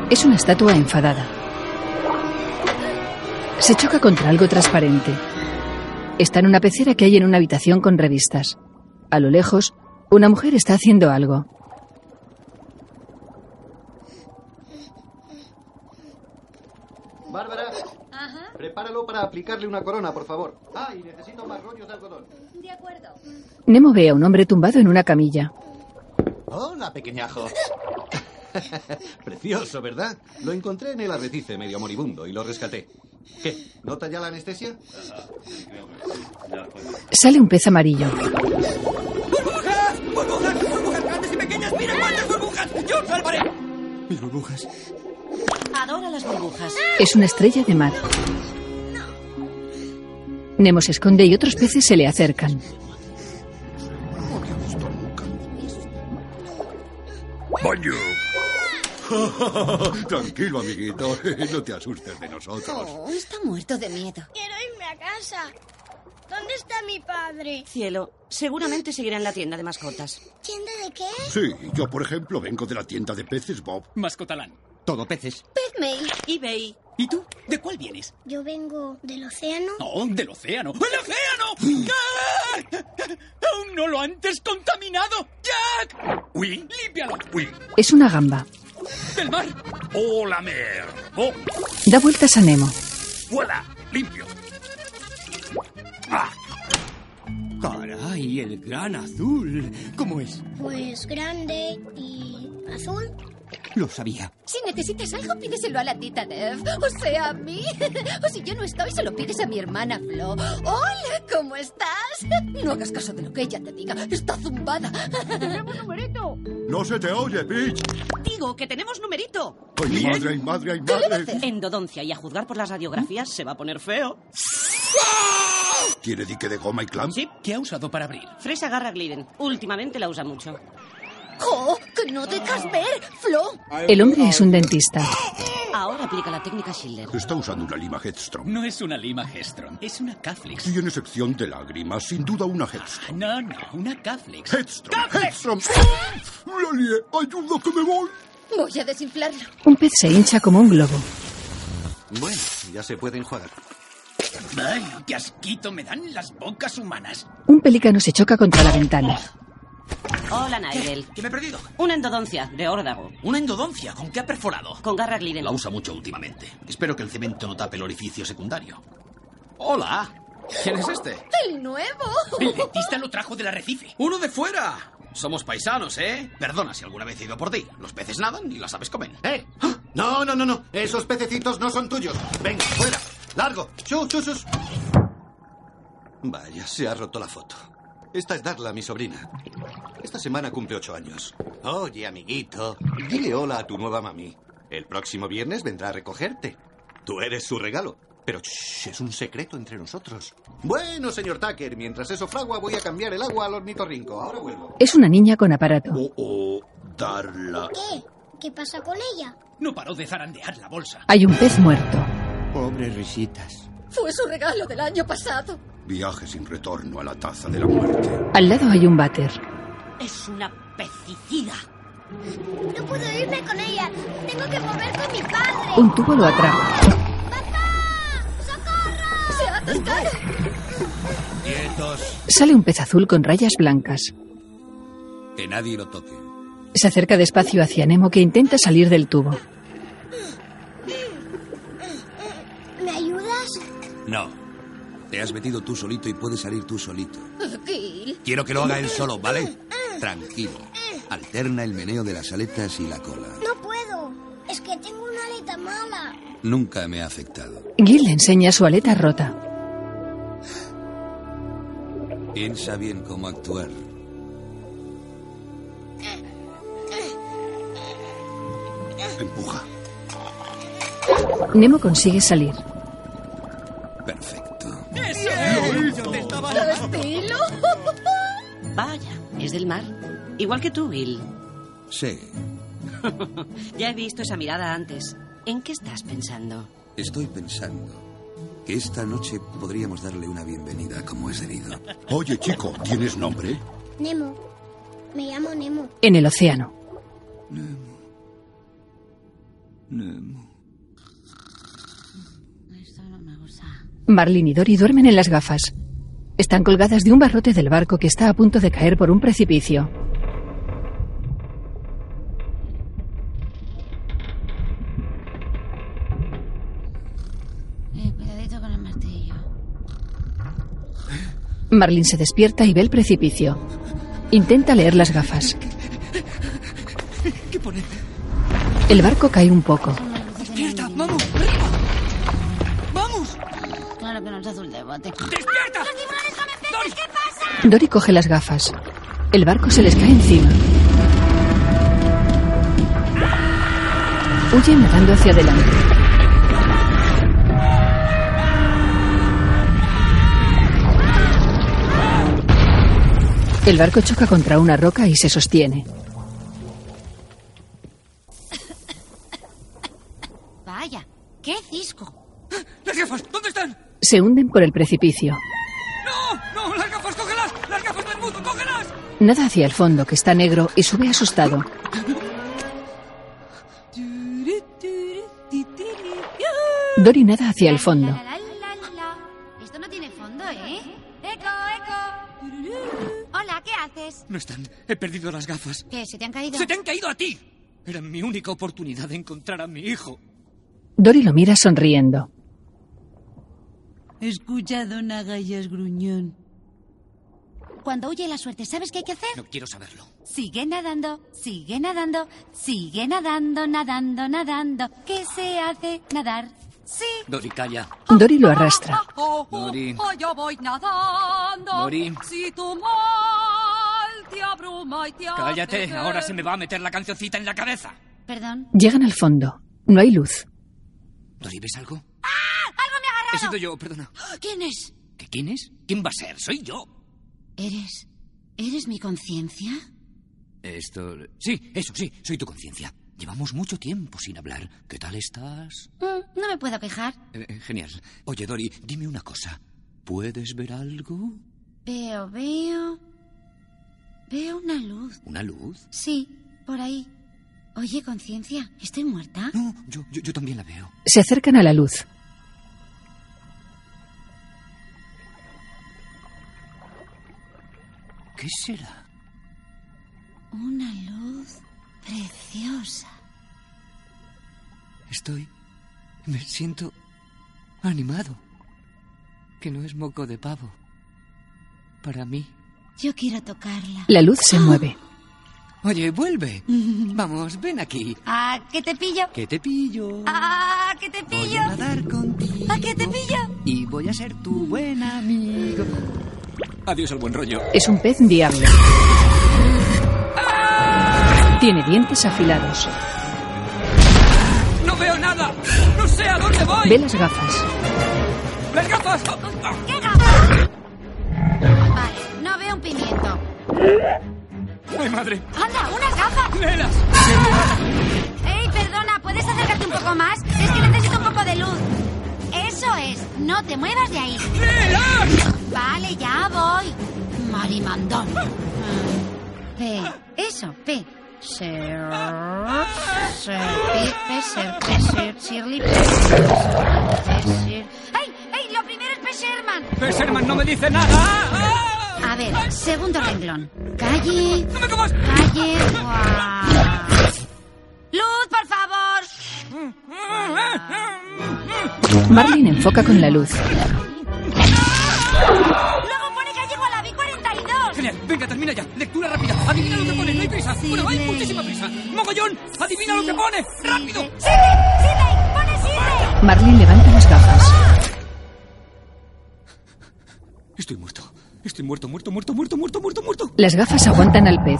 S1: Es una estatua enfadada. Se choca contra algo transparente. Está en una pecera que hay en una habitación con revistas. A lo lejos, una mujer está haciendo algo.
S13: Bárbara, prepáralo para aplicarle una corona, por favor. Ah, y necesito más rollos de algodón.
S6: De acuerdo.
S1: Nemo ve a un hombre tumbado en una camilla.
S13: Hola, pequeñajo. Precioso, ¿verdad? Lo encontré en el arrecife medio moribundo y lo rescaté. ¿Qué? ¿Nota ya la anestesia?
S1: Sale un pez amarillo.
S14: ¡Burbujas! ¡Burbujas! ¡Burbujas grandes y pequeñas! ¡Mira cuántas burbujas! ¡Yo os salvaré!
S1: Mis burbujas.
S15: Adora las burbujas.
S1: Es una estrella de mar. Nemo se esconde y otros peces se le acercan.
S3: Oh,
S16: ¡Baño! Tranquilo, amiguito. No te asustes de nosotros.
S4: Oh, está muerto de miedo.
S8: Quiero irme a casa. ¿Dónde está mi padre?
S17: Cielo, seguramente seguirá en la tienda de mascotas.
S8: ¿Tienda de qué?
S16: Sí, yo, por ejemplo, vengo de la tienda de peces, Bob.
S5: Mascotalán.
S16: Todo peces.
S8: Pezmail.
S17: eBay.
S5: ¿Y tú? ¿De cuál vienes?
S8: Yo vengo del océano.
S5: No, del océano. ¡El océano! ¡Jack! ¡Aún no lo antes contaminado! ¡Jack! ¡Uy! ¡Límpialo! ¡Uy!
S1: Es una gamba.
S5: ¡Del mar!
S16: ¡Hola, mer! ¡Oh!
S1: Da vueltas a Nemo.
S16: ¡Hola! ¡Limpio!
S5: Ah.
S14: Caray, el gran azul. ¿Cómo es?
S8: Pues grande y azul.
S14: Lo sabía.
S4: Si necesitas algo, pídeselo a la tita Dev. O sea, a mí. O si yo no estoy, se lo pides a mi hermana Flo. Hola, ¿cómo estás? No hagas caso de lo que ella te diga. Está zumbada.
S17: ¡Tenemos numerito!
S16: ¡No se te oye, Peach!
S17: Digo que tenemos numerito.
S16: ¡Ay, madre, ay, madre, ay, madre!
S17: Endodoncia y a juzgar por las radiografías se va a poner feo.
S16: ¿Tiene dique de goma y clamp?
S17: Sí.
S5: ¿Qué ha usado para abrir?
S17: Fresa agarra Gliden. Últimamente la usa mucho.
S4: ¡Jo! ¡Que no dejas ver, Flo!
S5: Ah,
S1: El hombre es un dentista.
S17: Ahora aplica la técnica Schiller.
S16: Está usando una lima Headstrong.
S5: No es una lima Gestron, es una Caflex.
S16: Tiene sección de lágrimas, sin duda una Headstrong.
S5: No, no, una Caflex.
S16: ¡Headstrong! ¡Headstrong! ¡La lié! ¡Ayuda que me voy!
S4: Voy a desinflarlo.
S1: Un pez se hincha como un globo.
S13: Bueno, ya se puede enjuagar.
S5: ¡Ay, qué asquito me dan las bocas humanas!
S1: Un pelícano se choca contra la ventana.
S17: Hola, Nigel.
S5: ¿Qué me he perdido?
S17: Una endodoncia de órdago.
S5: ¿Una endodoncia? ¿Con qué ha perforado?
S17: Con garra Gliden.
S6: La usa mucho últimamente. Espero que el cemento no tape el orificio secundario. Hola. ¿Quién es este?
S4: ¡El nuevo!
S5: El dentista lo trajo del arrecife.
S6: ¡Uno de fuera! Somos paisanos, ¿eh? Perdona si alguna vez he ido por ti. Los peces nadan y las aves comen.
S13: ¡Eh! ¡Ah! No, no, no, no. Esos pececitos no son tuyos. Venga, fuera. Largo. Chus, chus, chus. Vaya, se ha roto la foto. Esta es Darla, mi sobrina. Esta semana cumple ocho años. Oye, amiguito, dile hola a tu nueva mami. El próximo viernes vendrá a recogerte. Tú eres su regalo. Pero shh, es un secreto entre nosotros. Bueno, señor Tucker, mientras eso fragua, voy a cambiar el agua al ornitorrinco. Ahora vuelvo.
S1: Es una niña con aparato.
S16: O darla.
S8: ¿Qué? ¿Qué pasa con ella?
S5: No paró de zarandear la bolsa.
S1: Hay un pez muerto.
S14: Pobres risitas.
S4: Fue su regalo del año pasado.
S16: Viaje sin retorno a la taza de la muerte.
S1: Al lado hay un váter.
S17: Es una pecicida.
S8: No puedo irme con ella. Tengo que volver con mi padre.
S1: Un tubo lo atrapa.
S4: ¡Se ha atascado!
S18: Quietos.
S1: Sale un pez azul con rayas blancas.
S18: Que nadie lo toque.
S1: Se acerca despacio hacia Nemo que intenta salir del tubo.
S8: ¿Me ayudas?
S18: No. Te has metido tú solito y puedes salir tú solito. Eh,
S4: Gil.
S18: Quiero que lo haga él solo, ¿vale? Tranquilo. Alterna el meneo de las aletas y la cola.
S8: No puedo. Es que tengo una aleta mala.
S18: Nunca me ha afectado.
S1: Gil le enseña su aleta rota.
S18: Piensa bien cómo actuar.
S8: Eh,
S16: Empuja.
S1: Nemo consigue salir.
S18: Perfecto.
S4: ¡Tu estilo!
S17: Vaya, es del mar. Igual que tú, Gil.
S18: Sí,
S17: Ya he visto esa mirada antes. ¿En qué estás pensando?
S18: estoy pensando que esta noche podríamos darle una bienvenida como es debido.
S16: Oye, chico, ¿tienes nombre?
S8: Nemo. Me llamo Nemo.
S1: En el océano.
S15: Esto no me gusta.
S1: Marlin y Dory duermen en las gafas. Están colgadas de un barrote del barco que está a punto de caer por un precipicio.
S15: Eh, cuidadito con el martillo.
S1: Marlin se despierta y ve el precipicio. Intenta leer las gafas.
S5: ¿Qué pone?
S1: El barco cae un poco.
S5: ¡Despierta! ¡Vamos! ¡Arriba! ¡Vamos!
S4: nos hace un debate.
S2: ¡Despierta!
S4: ¡Los tiburones comen peces! ¿Qué pasa?
S1: Dory coge las gafas. El barco se les cae encima. Huyen nadando hacia adelante. El barco choca contra una roca y se sostiene.
S4: Vaya, qué cisco.
S2: ¡Las gafas! ¿Dónde están?
S1: Se hunden por el precipicio.
S2: ¡No! ¡No! ¡Las gafas, cógelas! ¡Las gafas del mundo, cógelas!
S1: Nada hacia el fondo, que está negro, y sube asustado. Dory nada hacia el fondo.
S4: Esto no tiene fondo, ¿eh? ¡Eco, eco! Hola, ¿qué haces?
S2: No están. He perdido las gafas.
S4: ¿Qué? ¿Se te han caído?
S2: ¡Se te han caído a ti! Era mi única oportunidad de encontrar a mi hijo.
S1: Dory lo mira sonriendo.
S5: Escucha, don Agallas Gruñón.
S4: Cuando huye la suerte, ¿sabes qué hay que hacer?
S2: No quiero saberlo.
S5: Sigue nadando, sigue nadando, sigue nadando, nadando, nadando. ¿Qué se hace? Nadar. Sí.
S2: Dory, calla.
S1: Dory lo arrastra.
S5: Oh, oh,
S2: Dory.
S5: oh, yo voy nadando.
S2: Dory.
S5: Si tu mal te abruma y te hace
S2: Cállate,
S5: ver-
S2: ahora se me va a meter la cancioncita en la cabeza.
S4: Perdón.
S1: Llegan al fondo. No hay luz.
S2: Dory, ¿ves algo? ¡Ah! ¡Algo me ha agarrado! He sido yo, perdona.
S4: ¡Ah! ¿Quién es?
S2: ¿Que quién es? ¿Quién va a ser? Soy yo.
S4: ¿Eres. ¿Eres mi conciencia?
S2: Esto. Sí, eso, sí, soy tu conciencia. Llevamos mucho tiempo sin hablar. ¿Qué tal estás?
S4: Mm, no me puedo quejar.
S2: Eh, eh, genial. Oye, Dory, dime una cosa. ¿Puedes ver algo?
S4: Veo, veo. Veo una luz.
S2: ¿Una luz?
S4: Sí, por ahí. Oye, conciencia, ¿estoy muerta?
S2: No, yo, yo, yo también la veo.
S1: Se acercan a la luz.
S2: ¿Qué será?
S4: Una luz preciosa.
S2: Estoy. Me siento. animado. Que no es moco de pavo. Para mí.
S4: Yo quiero tocarla.
S1: La luz se mueve.
S2: Oye, vuelve. Vamos, ven aquí.
S4: Ah, que te pillo.
S2: Que te pillo.
S4: Ah, que te pillo.
S2: Voy a nadar contigo.
S4: Ah, que te pillo.
S2: Y voy a ser tu buen amigo. Adiós al buen rollo.
S1: Es un pez diablo. Tiene dientes afilados.
S2: ¡No veo nada! ¡No sé a dónde voy!
S1: Ve las gafas.
S2: ¡Las gafas!
S4: ¿Qué gafas? Vale, no veo un pimiento.
S2: ¡Ay, madre!
S4: ¡Anda, unas gafas!
S2: ¡Nelas!
S4: ¡Ey, perdona! ¿Puedes acercarte un poco más? Es que necesito un poco de luz. Eso es. No te muevas de ahí. Vale, ya voy. Marimandón. Mm, P. Eso, P. Ser... Ser... P. Ser... P. Ser... Shirley... P. Ser... ¡Ay! ¡Ay! Lo primero es P. Sherman.
S2: ¡Ves, Herman, no me dice nada!
S4: A ver, segundo renglón. Calle.
S2: ¡No me comas!
S4: Calle. guau. Luz, por favor.
S1: Marlin enfoca con la luz.
S4: Luego pone calle igual a 42.
S2: Genial, venga, termina ya. Lectura rápida. Adivina lo que pone, no hay prisa. bueno, hay muchísima prisa. ¡Mogollón! ¡Adivina lo que pone! ¡Rápido!
S1: Marlin levanta las gafas.
S2: Estoy muerto. Estoy muerto, muerto, muerto, muerto, muerto, muerto, muerto.
S1: Las gafas aguantan al pez.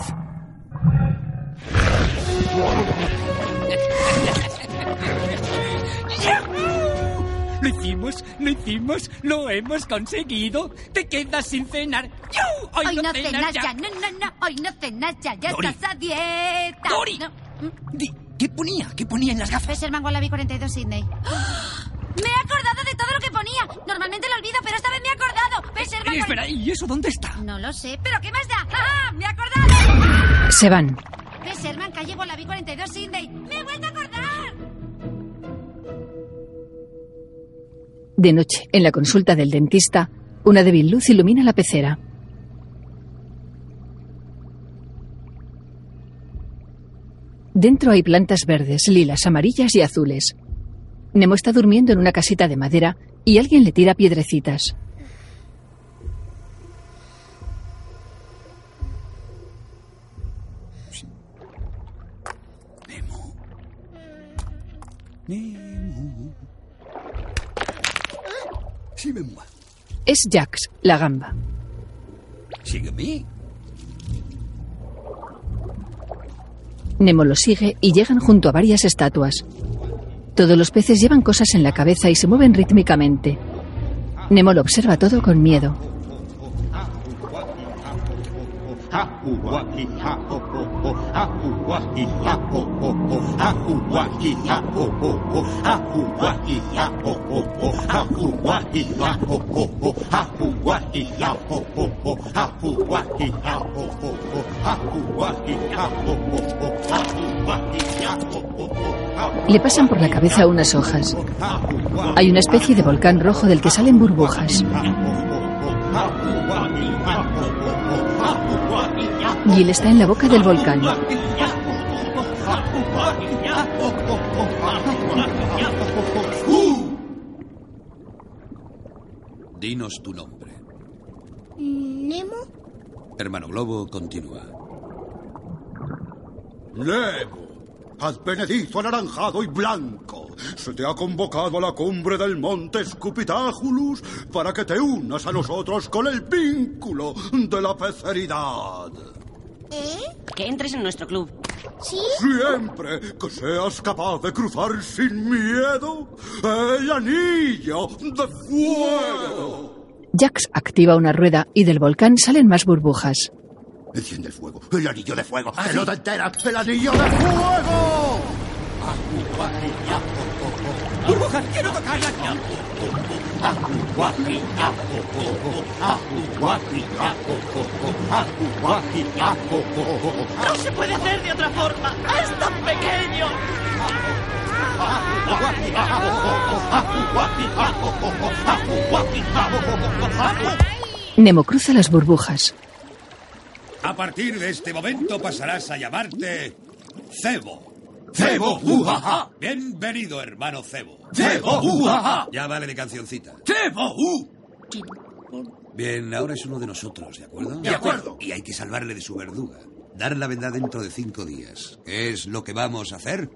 S2: Lo hicimos, lo hicimos, lo hemos conseguido. Te quedas sin cenar. ¡Yu!
S4: Hoy no cenas ya. No, no, no. Hoy no cenas ya. Ya
S2: Dori.
S4: estás a dieta.
S2: Dori.
S4: No.
S2: Di- ¿Qué ponía? ¿Qué ponía en las gafas?
S4: Es Herman Wallaby 42 Sydney. ¡Ah! Me he acordado de todo lo que ponía. Normalmente lo olvido, pero esta vez me he acordado. ¿Ves, Herman?
S2: Y espera, ¿y eso dónde está?
S4: No lo sé, pero ¿qué más da? ¡Ah! ¡Me he acordado!
S1: Se van.
S4: ¿Ves, Herman? Calle Wallaby 42 Sydney. ¡Me he vuelto a acordar!
S1: De noche, en la consulta del dentista, una débil luz ilumina la pecera. Dentro hay plantas verdes, lilas, amarillas y azules. Nemo está durmiendo en una casita de madera y alguien le tira piedrecitas.
S16: Si me muevo.
S1: Es Jax, la gamba.
S16: Sígueme.
S1: Nemo lo sigue y llegan junto a varias estatuas. Todos los peces llevan cosas en la cabeza y se mueven rítmicamente. Nemo lo observa todo con miedo. Le pasan por la cabeza unas hojas. Hay una especie de volcán rojo del que salen burbujas. Gil está en la boca del volcán.
S16: Dinos tu nombre.
S8: ¿Nemo?
S16: Hermano Globo continúa. Nemo, haz benedizo anaranjado y blanco. Se te ha convocado a la cumbre del monte Scupitáculus para que te unas a nosotros con el vínculo de la peceridad.
S17: Que entres en nuestro club.
S8: ¿Sí?
S16: Siempre que seas capaz de cruzar sin miedo el anillo de fuego.
S1: Jax activa una rueda y del volcán salen más burbujas.
S16: Enciende el fuego, el anillo de fuego, el te enteras, el anillo de fuego.
S5: ¡Burbuja! ¡Quiero tocarla! ¡No se puede hacer de otra forma! ¡Es tan pequeño!
S1: Nemo cruza las burbujas.
S18: A partir de este momento pasarás a llamarte Cebo.
S16: Cebo, ujaja.
S18: Bienvenido, hermano Cebo.
S16: Cebo, ujaja.
S18: Ya vale de cancioncita.
S16: ¡Cebo!
S18: Bien, ahora es uno de nosotros, ¿de acuerdo?
S16: De acuerdo.
S18: Y hay que salvarle de su verduga. Dar la verdad dentro de cinco días. ¿Qué es lo que vamos a hacer?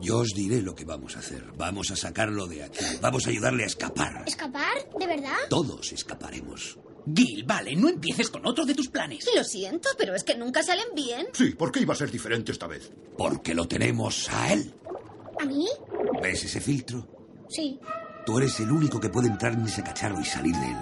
S18: Yo os diré lo que vamos a hacer. Vamos a sacarlo de aquí. Vamos a ayudarle a escapar.
S8: ¿Escapar? ¿De verdad?
S18: Todos escaparemos.
S5: Gil, vale, no empieces con otro de tus planes.
S19: Lo siento, pero es que nunca salen bien.
S16: Sí, ¿por qué iba a ser diferente esta vez?
S18: Porque lo tenemos a él.
S8: ¿A mí?
S18: ¿Ves ese filtro?
S8: Sí.
S18: Tú eres el único que puede entrar en ese cacharro y salir de él.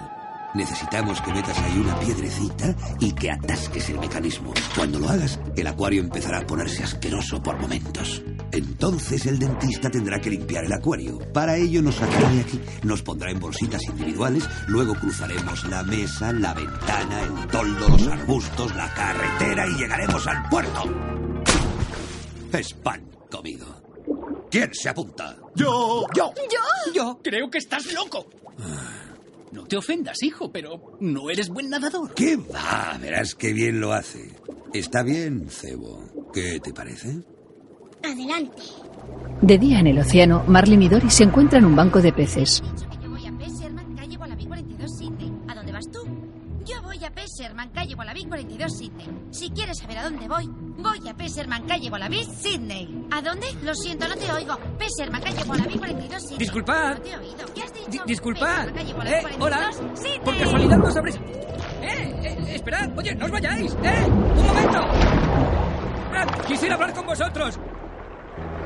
S18: Necesitamos que metas ahí una piedrecita y que atasques el mecanismo. Cuando lo hagas, el acuario empezará a ponerse asqueroso por momentos. Entonces el dentista tendrá que limpiar el acuario. Para ello nos sacará de aquí, nos pondrá en bolsitas individuales, luego cruzaremos la mesa, la ventana, el toldo, los arbustos, la carretera y llegaremos al puerto. Es pan comido. ¿Quién se apunta?
S16: Yo.
S5: Yo.
S19: Yo.
S5: Yo. Creo que estás loco. No te ofendas, hijo, pero no eres buen nadador.
S18: ¿Qué va? Ah, Verás qué bien lo hace. Está bien, Cebo. ¿Qué te parece?
S8: Adelante.
S1: De día en el océano, Marlin y Dory se encuentran un banco de peces.
S4: Eh, Yo voy a P. Sherman, calle Wallaby 42 Sydney. ¿A dónde vas tú? Yo voy a P. Sherman, calle Wallaby 42 Sydney. Si quieres saber a dónde voy, voy a P. Sherman, calle Wallaby Sydney. ¿A dónde? Lo siento, no te oigo. P. Sherman, calle Wallaby 42 Sydney.
S2: Disculpad.
S4: No te he oído. ¿Qué has dicho?
S2: Di- disculpad.
S4: P. Sherman, calle
S2: Eh,
S4: Wallaby
S2: hola.
S4: 42 Sydney.
S2: Por casualidad no sabréis. Eh, eh, esperad, oye, no os vayáis. Eh, un momento. Ah, quisiera hablar con vosotros.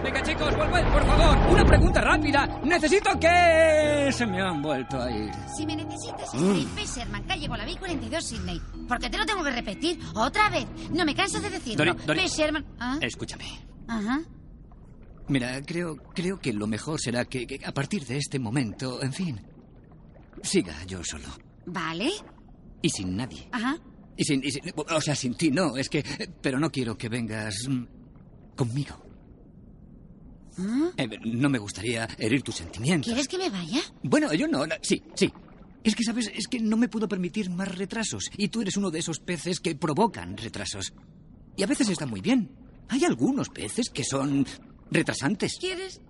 S2: Venga, chicos, volved, por favor. Una pregunta rápida. Necesito que se me han vuelto a ir.
S4: Si me necesitas, estoy P. Sherman, calle Wallaby 42 Sydney. ¿Por qué te lo tengo que repetir otra vez? No me canso de decirlo.
S2: Dory, Dory.
S4: P. Sherman... ¿Ah?
S2: Escúchame.
S4: Ajá.
S2: Mira, creo, creo que lo mejor será que, que a partir de este momento, en fin, siga yo solo
S4: Vale.
S2: y sin nadie.
S4: Ajá.
S2: Y sin, y sin- o sea, sin ti no, es que... Pero no quiero que vengas mm, conmigo. Eh, no me gustaría herir tus sentimientos.
S4: ¿Quieres que me vaya?
S2: Bueno, yo no, no, Sí, sí. Es que, ¿sabes? Es que no me puedo permitir más retrasos. Y tú eres uno de esos peces que provocan retrasos. Y a veces está muy bien. Hay algunos peces que son retrasantes.
S4: ¿Quieres?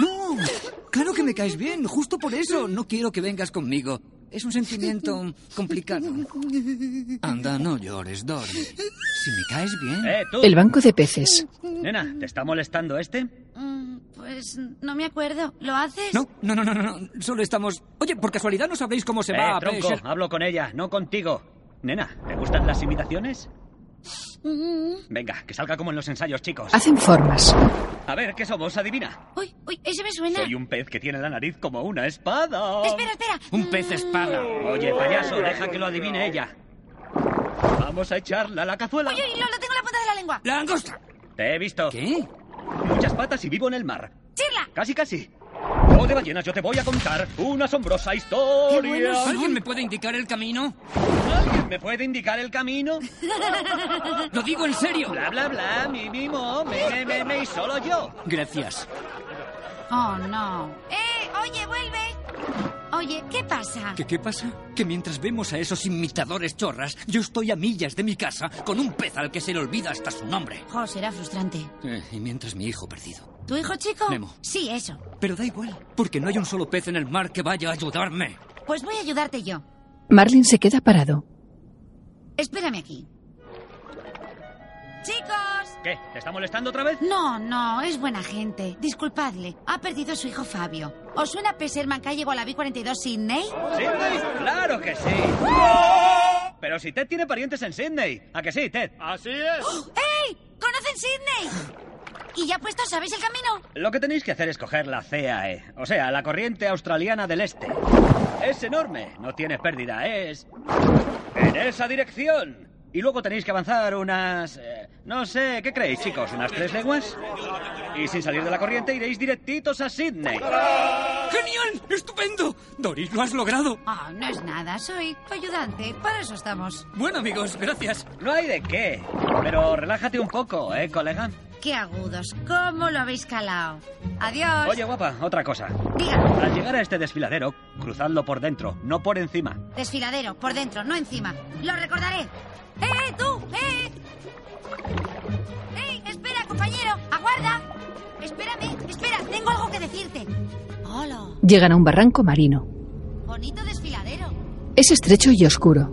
S2: No, claro que me caes bien, justo por eso. No quiero que vengas conmigo. Es un sentimiento complicado. Anda, no llores, Dory. Si me caes bien.
S20: Eh,
S1: El banco de peces.
S20: Nena, ¿te está molestando este?
S4: Mm, Pues Pues no me acuerdo. ¿Lo haces?
S2: No, no, no, no, no, no, solo estamos... Oye, por casualidad no sabéis cómo se
S20: eh,
S2: va a
S20: tronco,
S2: Pesher?
S20: hablo con ella, no contigo. Nena, ¿te gustan las imitaciones?
S4: Mm,
S20: Venga, que salga como en los ensayos, chicos.
S1: Hacen formas.
S20: A ver, ¿qué somos? Adivina.
S4: Uy, uy, ese me suena.
S20: Soy un pez que tiene la nariz como una espada.
S4: Espera, espera.
S20: Un pez espada. Oye, payaso, deja que lo adivine ella. Vamos a echarla a la cazuela.
S4: Oye, Lola, tengo la punta de la lengua.
S2: ¡La angosta!
S20: Te he visto. ¿Qué? Muchas patas y vivo en el mar.
S4: ¡Chirla!
S20: Casi, casi. No de ballenas, yo te voy a contar una asombrosa historia.
S2: ¿Alguien me puede indicar el camino?
S20: ¿Alguien me puede indicar el camino?
S2: Lo digo en serio.
S20: Bla, bla, bla, mi mimo, me, me, me, me y solo yo.
S2: Gracias.
S4: Oh, no. ¡Eh! Oye, vuelve. Oye, ¿qué pasa?
S2: ¿Qué, ¿Qué pasa? Que mientras vemos a esos imitadores chorras, yo estoy a millas de mi casa con un pez al que se le olvida hasta su nombre.
S4: Jo, será frustrante.
S2: Eh, y mientras mi hijo perdido.
S4: ¿Tu hijo chico?
S2: Memo.
S4: Sí, eso.
S2: Pero da igual, porque no hay un solo pez en el mar que vaya a ayudarme.
S4: Pues voy a ayudarte yo.
S1: Marlin se queda parado.
S4: Espérame aquí. ¡Chicos!
S20: ¿Qué? ¿Te está molestando otra vez?
S4: No, no, es buena gente. Disculpadle. Ha perdido a su hijo Fabio. ¿Os suena E Peserman que llegó a la B42 Sydney?
S20: ¿Sydney? ¡Claro que sí! Pero si Ted tiene parientes en Sydney. ¿A que sí, Ted? Así es.
S4: ¡Ey! ¡Conocen Sydney! Y ya puesto, ¿sabéis el camino?
S20: Lo que tenéis que hacer es coger la CAE, o sea, la corriente australiana del este. Es enorme, no tiene pérdida, es... En esa dirección. Y luego tenéis que avanzar unas... eh, no sé, ¿qué creéis, chicos? ¿Unas tres leguas? Y sin salir de la corriente iréis directitos a Sydney.
S2: ¡Genial! ¡Estupendo! Doris, lo has logrado.
S4: Ah, no es nada, soy tu ayudante. Para eso estamos.
S2: Bueno, amigos, gracias.
S20: No hay de qué. Pero relájate un poco, ¿eh, colega?
S4: ¡Qué agudos! ¿Cómo lo habéis calado? Adiós.
S20: Oye, guapa, otra cosa.
S4: Diga,
S20: Al llegar a este desfiladero, cruzadlo por dentro, no por encima.
S4: desfiladero, por dentro, no encima. Lo recordaré. ¡Eh, eh, tú! ¡Eh! eh! ¡Ey, espera, compañero! ¡Aguarda! Espérame, espera, tengo algo que decirte. ¡Hola!
S1: Llegan a un barranco marino.
S4: Bonito desfiladero.
S1: Es estrecho y oscuro.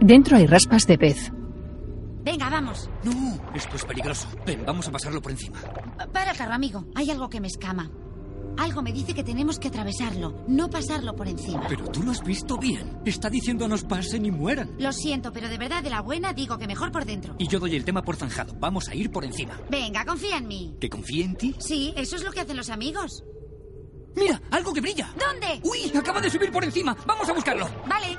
S1: Dentro hay raspas de pez.
S4: Venga, vamos.
S2: No, esto es peligroso. Ven, vamos a pasarlo por encima.
S4: Pa- Para, carro, amigo. Hay algo que me escama. Algo me dice que tenemos que atravesarlo, no pasarlo por encima.
S2: Pero tú lo has visto bien. Está diciéndonos pasen y mueran.
S4: Lo siento, pero de verdad de la buena digo que mejor por dentro.
S2: Y yo doy el tema por zanjado. Vamos a ir por encima.
S4: Venga, confía en mí.
S2: ¿Que confíe en ti?
S4: Sí, eso es lo que hacen los amigos.
S2: ¡Mira! ¡Algo que brilla!
S4: ¿Dónde?
S2: ¡Uy! Acaba de subir por encima. Vamos a buscarlo.
S4: Vale.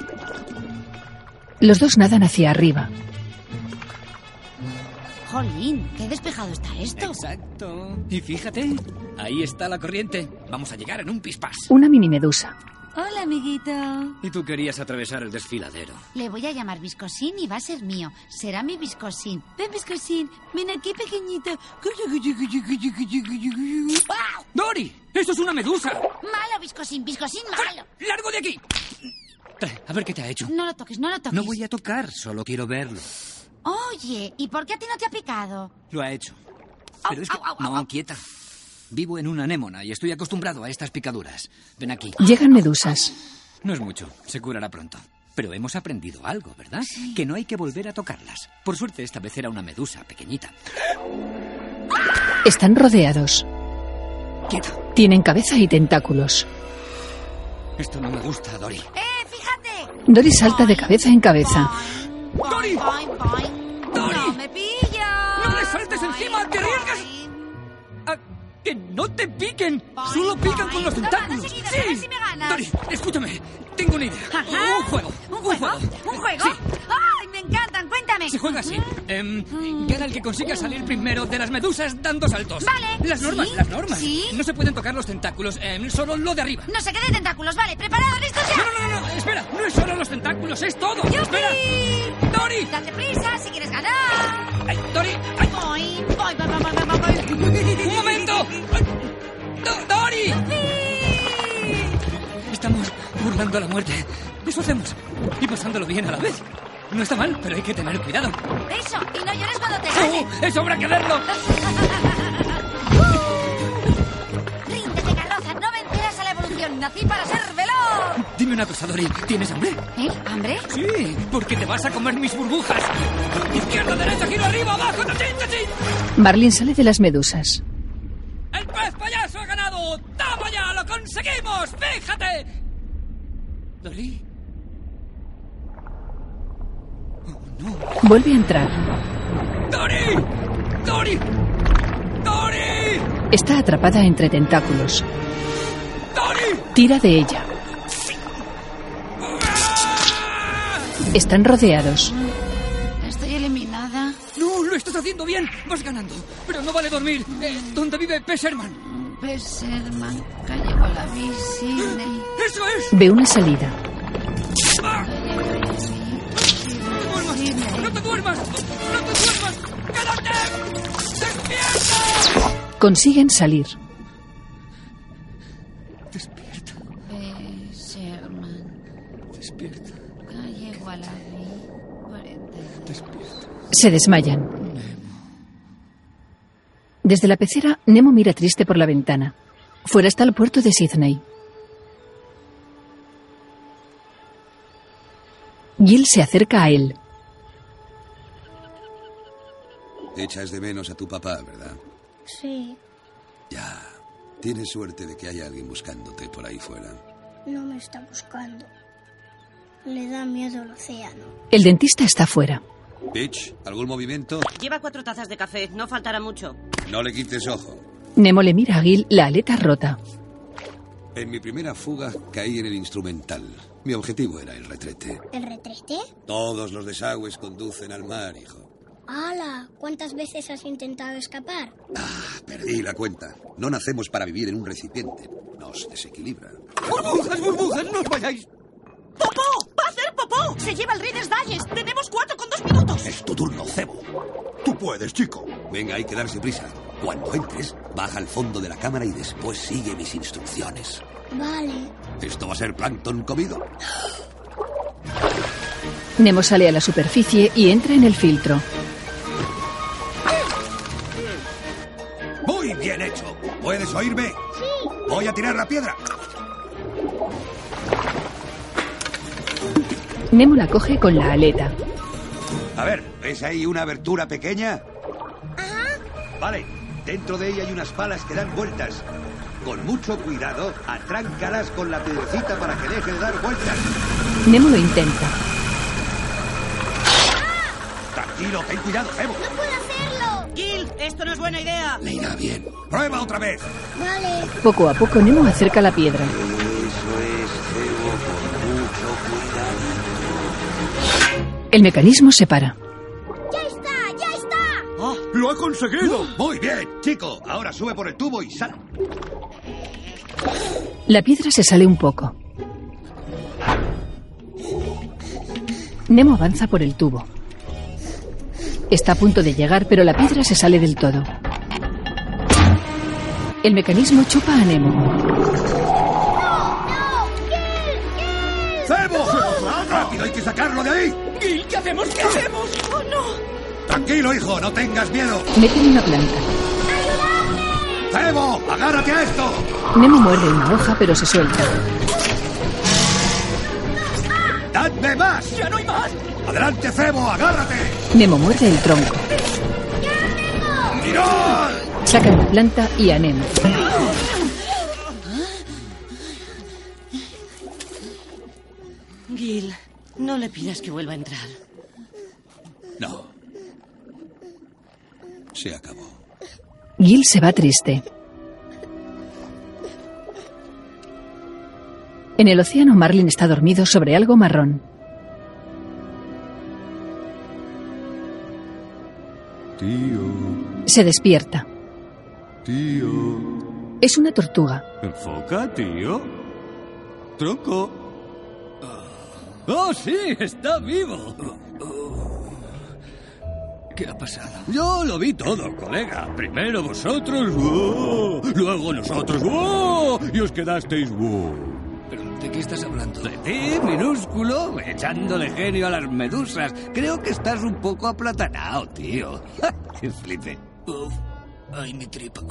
S1: Los dos nadan hacia arriba.
S4: Jolín, qué despejado está esto.
S2: Exacto. Y fíjate, ahí está la corriente. Vamos a llegar en un pispás.
S1: Una mini medusa.
S4: Hola, amiguito.
S2: Y tú querías atravesar el desfiladero.
S4: Le voy a llamar Viscosín y va a ser mío. Será mi Viscosín. Ven, Viscosín. Ven aquí, pequeñito. ¡Guau!
S2: ¡Dori! ¡Eso es una medusa!
S4: Malo, Viscosín. Viscosín, malo.
S2: ¡Largo de aquí! Tra- A ver qué te ha hecho.
S4: No lo toques, no lo toques.
S2: No voy a tocar, solo quiero verlo.
S4: Oye, ¿y por qué a ti no te ha picado?
S2: Lo ha hecho. Pero es que... No, quieta. Vivo en una anémona y estoy acostumbrado a estas picaduras. Ven aquí.
S1: Llegan medusas.
S2: No es mucho, se curará pronto. Pero hemos aprendido algo, ¿verdad? Que no hay que volver a tocarlas. Por suerte, esta vez era una medusa pequeñita.
S1: Están rodeados.
S2: Quieta.
S1: Tienen cabeza y tentáculos.
S2: Esto no me gusta, Dori.
S4: ¡Eh, fíjate!
S1: Dory salta de cabeza en cabeza.
S2: ¡Dori!
S4: ¡No me pilla!
S2: ¡No le saltes encima! ¡Te arriesgas! ¡A ¡Que no te piquen! ¡Solo pican con los
S4: Toma,
S2: tentáculos!
S4: dos seguidos, a ver si me ganas.
S2: Dori, escúchame. Tengo una idea.
S4: Ajá.
S2: Un juego.
S4: ¿Un juego? ¿Un juego?
S2: Sí.
S4: ¡Ay, me encantan! ¡Cuéntame! Mm.
S2: Se juega así. Em, gana el que consiga salir primero de las medusas dando saltos.
S4: Vale.
S2: Las
S4: ¿Sí?
S2: normas, las normas.
S4: ¿Sí?
S2: No se pueden tocar los tentáculos, em, solo lo de arriba.
S4: No sé qué de tentáculos. Vale, preparados, listos ya.
S2: No, no, no, no, espera. No es solo los tentáculos, es todo. ¡Espera! ¡Dori!
S4: Date prisa si quieres ganar.
S2: ¡Ay, Dori! ¡Ay,
S4: Voy, voy, voy, voy, voy, voy, voy.
S2: ¡Un momento! Ay, Do- ¡Dori! Estamos burlando a la muerte. Eso hacemos. Y pasándolo bien a la vez. No está mal, pero hay que tener cuidado.
S4: Eso, y no llores cuando te gane.
S2: ¡Oh! ¡Eso habrá que verlo!
S4: Ríndete, carroza, no vencerás a la evolución
S21: lección. Nací para ser veloz.
S2: Dime una cosa, Dory. ¿Tienes hambre?
S21: ¿Eh? ¿Hambre?
S2: Sí, porque te vas a comer mis burbujas. Izquierda, derecha, giro arriba, abajo, tachín, tachín.
S1: Marlin sale de las medusas.
S2: ¡El pez payaso ha ganado! ¡Toma ya! ¡Lo conseguimos! ¡Fíjate! ¿Dory?
S1: Vuelve a entrar.
S2: ¡Dory! ¡Dory! ¡Dory!
S1: Está atrapada entre tentáculos. Tira de ella. Están rodeados.
S4: Estoy eliminada.
S2: ¡No! ¡Lo estás haciendo bien! ¡Vas ganando! Pero no vale dormir. Eh, ¿Dónde vive P. Sherman?
S4: Pues, Peserman, calle con la bici.
S2: ¡Eso es!
S1: Ve una salida.
S2: ¡No te duermas! ¡No te duermas! ¡Quédate!
S1: Consiguen salir.
S2: Despierta.
S4: Calle Gualabí, 42.
S1: Se desmayan. Desde la pecera, Nemo mira triste por la ventana. Fuera está el puerto de Sydney. Gil se acerca a él.
S18: Echas de menos a tu papá, ¿verdad?
S6: Sí,
S18: Ya. Tienes suerte de que haya alguien buscándote por ahí fuera.
S6: no me está buscando. Le da miedo el océano.
S1: El dentista está fuera.
S18: Peach, ¿algún movimiento?
S17: Lleva cuatro tazas de café, no faltará mucho.
S18: No le quites ojo.
S1: Nemo le mira a Gil la aleta rota.
S18: En mi primera fuga caí en el instrumental. Mi objetivo era el retrete.
S6: ¿El retrete?
S18: Todos los desagües conducen al mar, hijo.
S6: ¡Hala! ¿Cuántas veces has intentado escapar?
S18: Perdí la cuenta. No nacemos para vivir en un recipiente. Nos desequilibra.
S10: ¡Burbujas, burbujas! ¡No os vayáis!
S22: ¡Popó! ¡Va a hacer popó! ¡Se lleva el rey de Dalles! ¡Tenemos cuatro con dos minutos!
S18: Es tu turno, cebo. Tú puedes, chico. Venga, hay que darse prisa. Cuando entres, baja al fondo de la cámara y después sigue mis instrucciones.
S6: Vale.
S18: Esto va a ser plancton comido.
S1: Nemo sale a la superficie y entra en el filtro.
S18: Muy bien hecho. ¿Puedes oírme? Sí. Voy a tirar la piedra.
S1: Nemo la coge con la aleta.
S18: A ver, ¿ves ahí una abertura pequeña? Vale, dentro de ella hay unas palas que dan vueltas. Con mucho cuidado, atráncalas con la piedrecita para que deje de dar vueltas.
S1: Nemo lo intenta.
S18: Tranquilo, ten cuidado, cebo.
S17: ¡No puedo hacerlo! Gil, esto no es buena idea.
S18: Le irá bien. ¡Prueba otra vez!
S6: Vale.
S1: Poco a poco Nemo acerca la piedra. El mecanismo se para.
S6: ¡Ya está! ¡Ya está!
S18: ¡Lo ha conseguido! ¡Uh! Muy bien, chico. Ahora sube por el tubo y sal.
S1: La piedra se sale un poco. Nemo avanza por el tubo. Está a punto de llegar, pero la piedra se sale del todo. El mecanismo chupa a Nemo.
S18: ¡Cebo! ¡Rápido, hay que sacarlo de ahí!
S10: Gil, ¿qué hacemos? ¿Qué hacemos? ¡Oh, no!
S18: Tranquilo, hijo, no tengas miedo.
S1: Meten una planta.
S18: ¡Cebo! ¡Agárrate a esto!
S1: Nemo muerde una hoja, pero se suelta.
S18: ¡Dadme más! ¡Ya no hay más! ¡Adelante, cebo! ¡Agárrate!
S1: Nemo muerde el tronco. Sacan la planta y a Nemo.
S17: Gil, no le pidas que vuelva a entrar.
S18: No. Se acabó.
S1: Gil se va triste. En el océano, Marlin está dormido sobre algo marrón.
S3: Tío,
S1: Se despierta.
S3: tío.
S1: Es una tortuga.
S5: Enfoca, tío. Tronco. ¡Oh, sí! ¡Está vivo!
S2: ¿Qué ha pasado?
S5: Yo lo vi todo, colega. Primero vosotros, ¡oh! luego nosotros, ¡oh! y os quedasteis. ¡oh!
S2: ¿De qué estás hablando?
S5: De ti, minúsculo, echándole genio a las medusas. Creo que estás un poco aplatanado, tío. ¡Qué flipe!
S2: Uf, ay, mi tripa.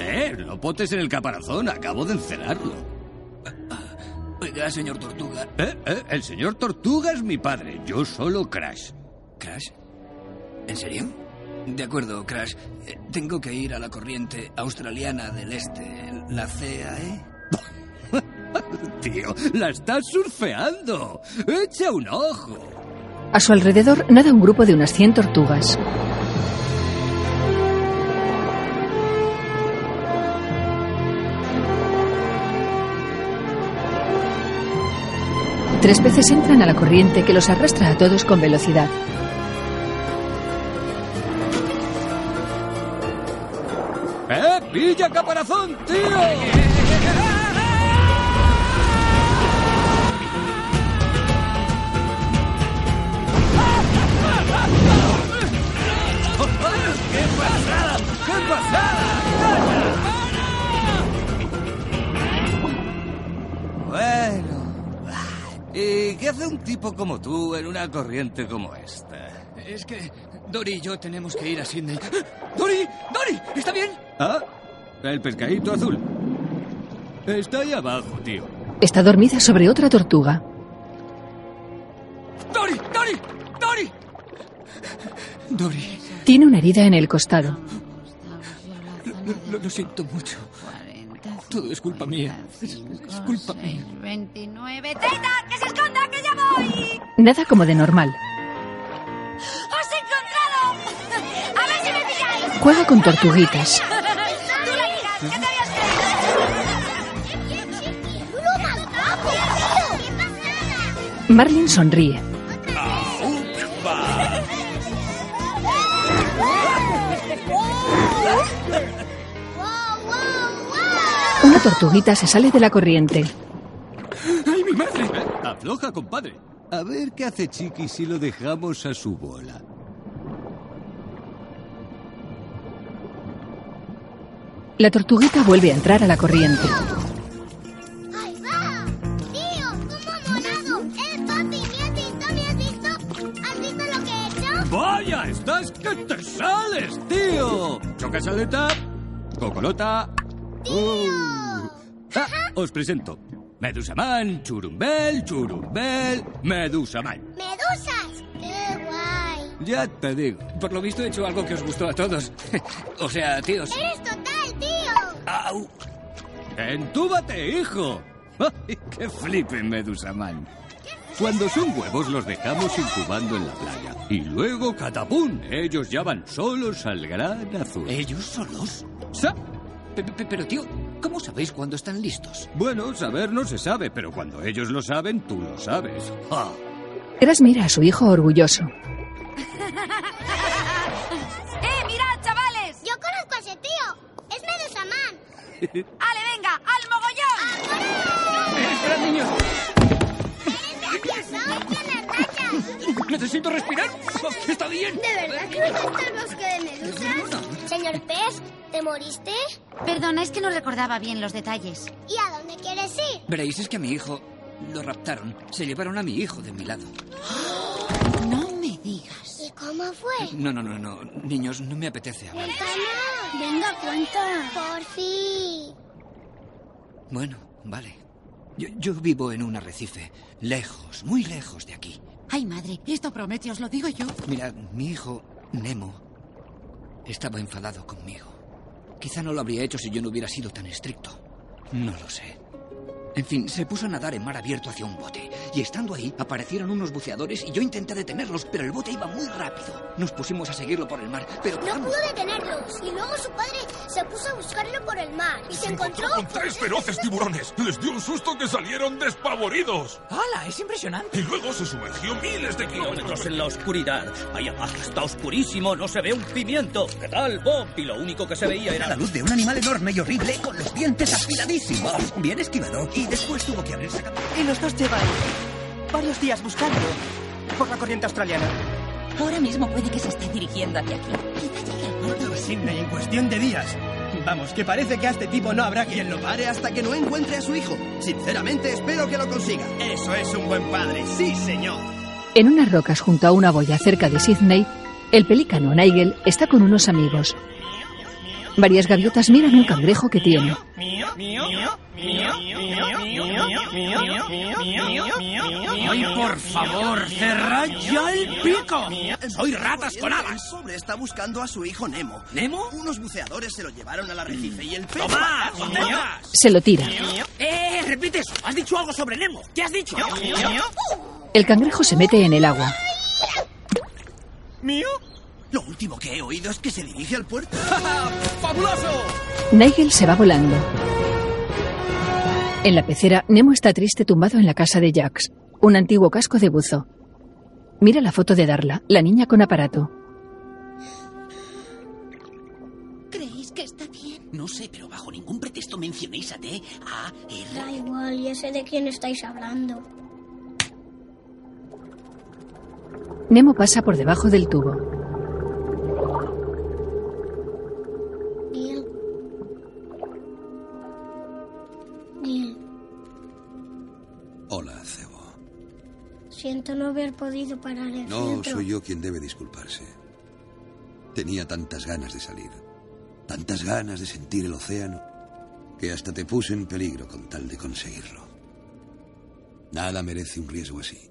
S5: Eh, no potes en el caparazón, acabo de encerrarlo.
S18: Oiga, señor Tortuga.
S5: Eh, eh, el señor Tortuga es mi padre, yo solo Crash.
S18: ¿Crash? ¿En serio? De acuerdo, Crash. Eh, Tengo que ir a la corriente australiana del este, la CAE.
S5: Tío, la estás surfeando. Echa un ojo.
S1: A su alrededor nada un grupo de unas 100 tortugas. Tres peces entran a la corriente que los arrastra a todos con velocidad.
S5: ¡Eh, pilla caparazón, tío!
S23: ¡Qué pasada! ¡Qué pasada!
S5: Bueno. ¿Y qué hace un tipo como tú en una corriente como esta?
S2: Es que Dory y yo tenemos que ir a Sydney. ¡Ah! ¡Dory! ¡Dory! ¿Está bien?
S5: ¿Ah? El pescadito azul. Está ahí abajo, tío.
S1: Está dormida sobre otra tortuga.
S2: ¡Dory! ¡Dory! ¡Dory! Dory,
S1: Tiene una herida en el costado.
S2: lo, lo- lo siento mucho. Todo es culpa mía. Es, es culpa mía.
S4: 29. ¡Teta! ¡Que se esconda! ¡Que ya voy! ¡Oh,
S1: Nada como de normal.
S4: ¡Os he encontrado! ¡A ver si me pilláis!
S1: Juega con tortuguitas.
S4: ¡Tú la miras! ¿Qué te habías creído? ¡Uno más guapo, tío!
S1: Marlin sonríe. Una tortuguita se sale de la corriente.
S5: ¡Ay, mi madre! afloja, compadre. A ver qué hace Chiqui si lo dejamos a su bola.
S1: La tortuguita vuelve a entrar a la corriente.
S6: ¡Ahí va! ¡Tío! ¡Cómo ha molado! ¡Eh, papi! ¿Me has visto? ¿Me has visto? ¿Has visto lo que he hecho?
S5: ¡Vaya! ¡Estás que te sales, tío! Choca saleta, cocolota. Uh. Ah, os presento. Medusaman, churumbel, churumbel, medusaman.
S6: ¡Medusas! ¡Qué guay!
S5: Ya te digo.
S2: Por lo visto he hecho algo que os gustó a todos. o sea, tíos.
S6: ¡Eres total, tío!
S2: Au.
S5: ¡Entúbate, hijo! Ah, ¡Ay, ¡Qué flipen, Medusaman! Cuando son huevos los dejamos incubando en la playa. Y luego, catapum, ellos ya van solos al gran azul.
S2: ¿Ellos solos? Pe- pe- Pero, tío, ¿cómo sabéis cuándo están listos?
S5: Bueno, saber no se sabe, pero cuando ellos lo saben, tú lo sabes.
S2: Ah.
S5: ¡Ja!
S1: Gras mira a su hijo orgulloso.
S4: ¡Eh, mirad, chavales!
S6: Yo conozco a ese tío. Es Medusaman.
S4: ¡Ale, venga! ¡Al mogollón!
S2: ¡Esperad, niños!
S5: ¡Necesito respirar! ¡Está bien!
S6: ¿De verdad que no está el bosque de medusas? Señor Pez, ¿te moriste?
S4: Perdona, es que no recordaba bien los detalles.
S6: ¿Y a dónde quieres ir?
S2: Veréis, es que a mi hijo lo raptaron. Se llevaron a mi hijo de mi lado.
S6: No me digas. ¿Y cómo fue?
S2: No, no, no, no. Niños, no me apetece hablar.
S6: Cuéntanos. Venga, cuenta. Por fin.
S2: Bueno, vale. Yo, yo vivo en un arrecife, lejos, muy lejos de aquí.
S24: Ay, madre, esto promete, os lo digo yo.
S2: Mirad, mi hijo, Nemo, estaba enfadado conmigo. Quizá no lo habría hecho si yo no hubiera sido tan estricto. No lo sé. En fin, se puso a nadar en mar abierto hacia un bote. Y estando ahí, aparecieron unos buceadores y yo intenté detenerlos, pero el bote iba muy rápido. Nos pusimos a seguirlo por el mar, pero...
S6: No pudo detenerlos. Y luego su padre se puso a buscarlo por el mar. Y se encontró.
S3: Con tres feroces tiburones. Les dio un susto que salieron despavoridos.
S25: ¡Hala! Es impresionante.
S3: Y luego se sumergió miles de kilómetros.
S20: Kilómetros en la oscuridad. Ahí abajo está oscurísimo, no se ve un pimiento. ¿Qué tal, Bob? Y lo único que se veía era la luz de un animal enorme y horrible con los dientes afiladísimos. Bien esquivado. Y después tuvo que haber sacado.
S25: Y los dos llevan varios días buscando por la corriente australiana. Ahora mismo puede que se esté dirigiendo hacia aquí.
S20: Sydney en cuestión de días. Vamos, que parece que a este tipo no habrá quien lo pare hasta que no encuentre a su hijo. Sinceramente, espero que lo consiga. Eso es un buen padre, sí, señor.
S1: En unas rocas junto a una boya cerca de Sydney, el pelícano Nigel está con unos amigos. Varias gaviotas miran un cangrejo que tiene.
S5: ¡Ay, por favor, cerrad ya el pico! ¡Soy ratas con alas!
S26: Sobre está buscando a su hijo Nemo.
S5: ¿Nemo? Mm.
S26: Unos buceadores se lo llevaron al arrecife y el pez...
S5: ¡Toma! ¡Toma!
S1: Se lo tira.
S5: ¡Eh, repite eso! ¿Has dicho algo sobre Nemo? ¿Qué has dicho?
S1: El cangrejo se mete en el agua.
S26: ¿Mío? Lo último que he oído es que se dirige al puerto.
S5: ¡Fabuloso!
S1: Nigel se va volando. En la pecera, Nemo está triste tumbado en la casa de Jax, un antiguo casco de buzo. Mira la foto de Darla, la niña con aparato.
S8: ¿Creéis que está bien?
S27: No sé, pero bajo ningún pretexto mencionéis a T. A. R.
S6: Da igual, ya sé de quién estáis hablando.
S1: Nemo pasa por debajo del tubo.
S6: Bien. Bien.
S18: Hola, Cebo.
S6: Siento no haber podido parar el
S18: No
S6: filtro.
S18: soy yo quien debe disculparse. Tenía tantas ganas de salir, tantas ganas de sentir el océano, que hasta te puse en peligro con tal de conseguirlo. Nada merece un riesgo así.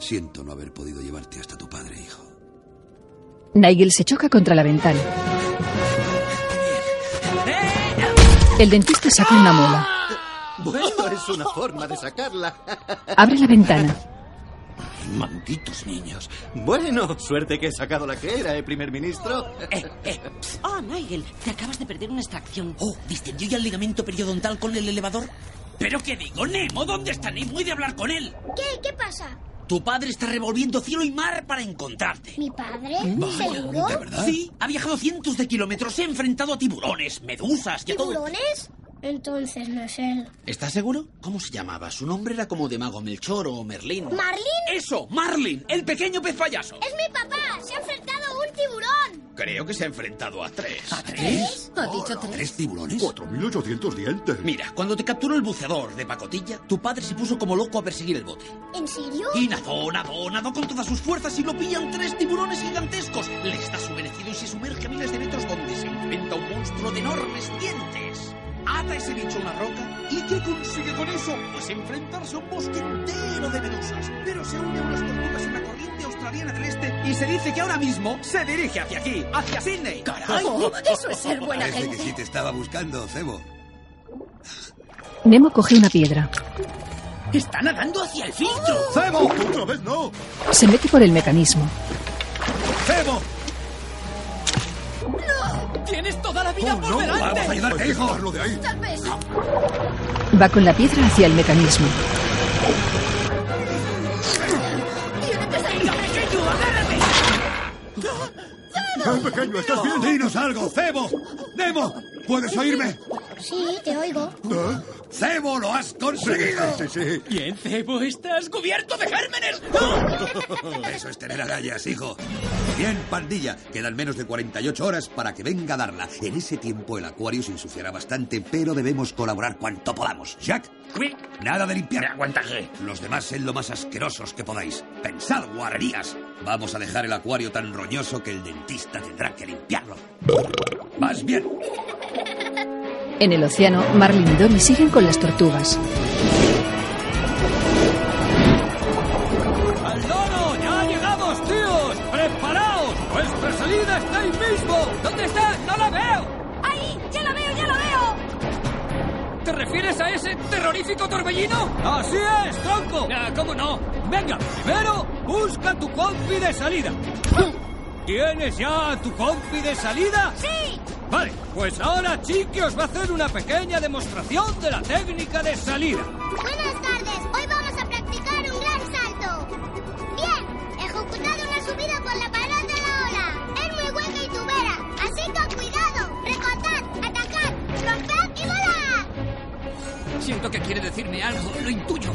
S18: Siento no haber podido llevarte hasta tu padre, hijo.
S1: Nigel se choca contra la ventana. El dentista saca una muela.
S13: Bueno, es una forma de sacarla.
S1: Abre la ventana.
S13: Malditos niños. Bueno, suerte que he sacado la que era, ¿eh, primer ministro?
S10: Eh,
S17: Oh, Nigel, te acabas de perder una extracción.
S5: Oh, distendió ya el ligamento periodontal con el elevador. ¿Pero qué digo, Nemo? ¿Dónde está Nemo? He de hablar con él.
S6: ¿Qué? ¿Qué pasa?
S5: Tu padre está revolviendo cielo y mar para encontrarte.
S6: ¿Mi padre?
S5: Mm. Vaya,
S6: ¿Seguro?
S5: Sí, ha viajado cientos de kilómetros, se ha enfrentado a tiburones, medusas y a todo.
S6: ¿Tiburones? Entonces no es él.
S5: ¿Estás seguro? ¿Cómo se llamaba? Su nombre era como de mago Melchor o Merlín.
S6: ¿Marlin?
S5: ¡Eso! ¡Marlin! ¡El pequeño pez payaso!
S6: ¡Es mi papá! ¡Se ha enfrentado a un tiburón!
S18: Creo que se ha enfrentado a tres. ¿A
S6: tres?
S5: ¿Ha dicho tres? tiburones?
S18: 4.800 dientes.
S5: Mira, cuando te capturó el buceador de pacotilla, tu padre se puso como loco a perseguir el bote.
S6: ¿En serio?
S5: Y nadó, nadó, nadó con todas sus fuerzas y lo pillan tres tiburones gigantescos. Le está sumergido y se sumerge a miles de metros donde se enfrenta un monstruo de enormes dientes. Ata ese bicho a una roca y ¿qué consigue con eso? Pues enfrentarse a un bosque entero de medusas. Pero se une a unas tortugas en la corriente australiana del este y se dice que ahora mismo se dirige hacia aquí, hacia Sydney. ¡Caray!
S8: Oh, eso es ser buena
S18: Parece que
S8: gente.
S18: sí te estaba buscando, Cebo.
S1: Nemo coge una piedra.
S5: ¡Está nadando hacia el filtro!
S18: ¡Cebo! ¡Otra vez no!
S1: Se mete por el mecanismo.
S18: ¡Cebo!
S5: ¡Tienes toda la vida por Pues
S18: delante! Oh, ¡Vamos a ayudarte, hijo! de ahí!
S8: Tal vez.
S1: Va con la piedra hacia el mecanismo.
S18: ¡Soy pequeño! ¿Estás bien? ¡Dinos algo! ¡Cebo! ¡Nemo! ¿Puedes oírme?
S6: Sí, te oigo.
S16: ¿Eh?
S18: ¡Cebo, lo has conseguido! Sí, sí.
S5: Bien, Cebo, estás cubierto de gérmenes.
S18: Eso es tener agallas, hijo. Bien, pandilla. Quedan menos de 48 horas para que venga a darla. En ese tiempo el acuario se ensuciará bastante, pero debemos colaborar cuanto podamos. Jack, nada de limpiar. Me aguantaré. Los demás sed lo más asquerosos que podáis. Pensad, guarrerías. Vamos a dejar el acuario tan roñoso que el dentista tendrá que limpiarlo. Más bien,
S1: En el océano, Marlin y Dory siguen con las tortugas.
S5: ¡Al loro! ¡Ya llegamos, tíos! ¡Preparaos! ¡Pues ¡Vuestra salida está ahí mismo! este ¿Dónde está? ¡No la veo!
S28: ¡Ahí! ¡Ya la veo, ya la veo!
S5: ¿Te refieres a ese terrorífico torbellino? ¡Así es, tronco! Ah, ¿Cómo no? Venga, primero, busca tu compi de salida. ¿Tienes ya tu compi de salida?
S28: ¡Sí!
S5: Vale, pues ahora Chiqui os va a hacer una pequeña demostración de la técnica de salida.
S6: Buenas tardes, hoy vamos a practicar un gran salto. Bien, ejecutad una subida por la pared de la ola. Es muy hueca y tubera, así que cuidado. Recortad, atacad, romped y volad.
S2: Siento que quiere decirme algo, lo intuyo.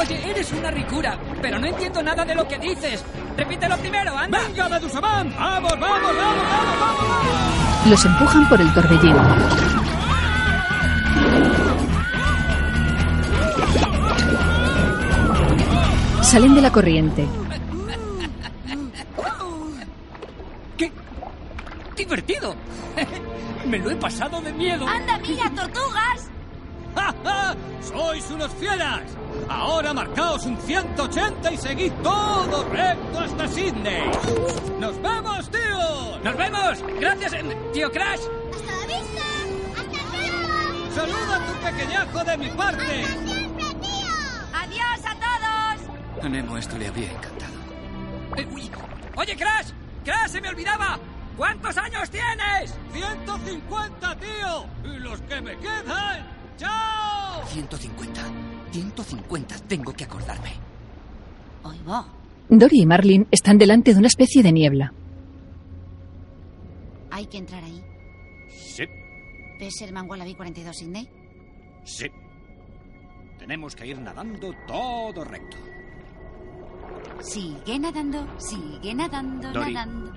S2: Oye, eres una ricura, pero no entiendo nada de lo que dices. Repítelo primero, anda.
S5: ¡Venga, Medusaman! ¡Vamos, vamos, vamos, vamos, vamos!
S1: Los empujan por el torbellino. Salen de la corriente.
S2: ¡Divertido!
S29: Me lo he pasado de miedo.
S4: ¡Anda, mira, tortugas!
S29: ¡Ja, ja! sois unos fieras! Ahora marcaos un 180 y seguid todo recto hasta Sydney. ¡Nos vemos, tío! ¡Nos vemos! ¡Gracias, eh, tío Crash!
S6: ¡Hasta visto! ¡Hasta luego!
S29: ¡Saluda a tu pequeñajo de mi parte!
S4: ¡Adiós a todos!
S2: A Nemo esto le había encantado.
S29: Eh, uy. ¡Oye, Crash! ¡Crash, se me olvidaba! ¿Cuántos años tienes? ¡150, tío! ¡Y los que me quedan! ¡Chao!
S2: 150. 150. Tengo que acordarme.
S1: Dory y Marlin están delante de una especie de niebla.
S4: Hay que entrar ahí.
S10: Sí,
S4: ¿Ves el mango a la B42 Sydney?
S10: sí. Tenemos que ir nadando todo recto.
S4: Sigue nadando, sigue nadando,
S10: Dory.
S4: nadando.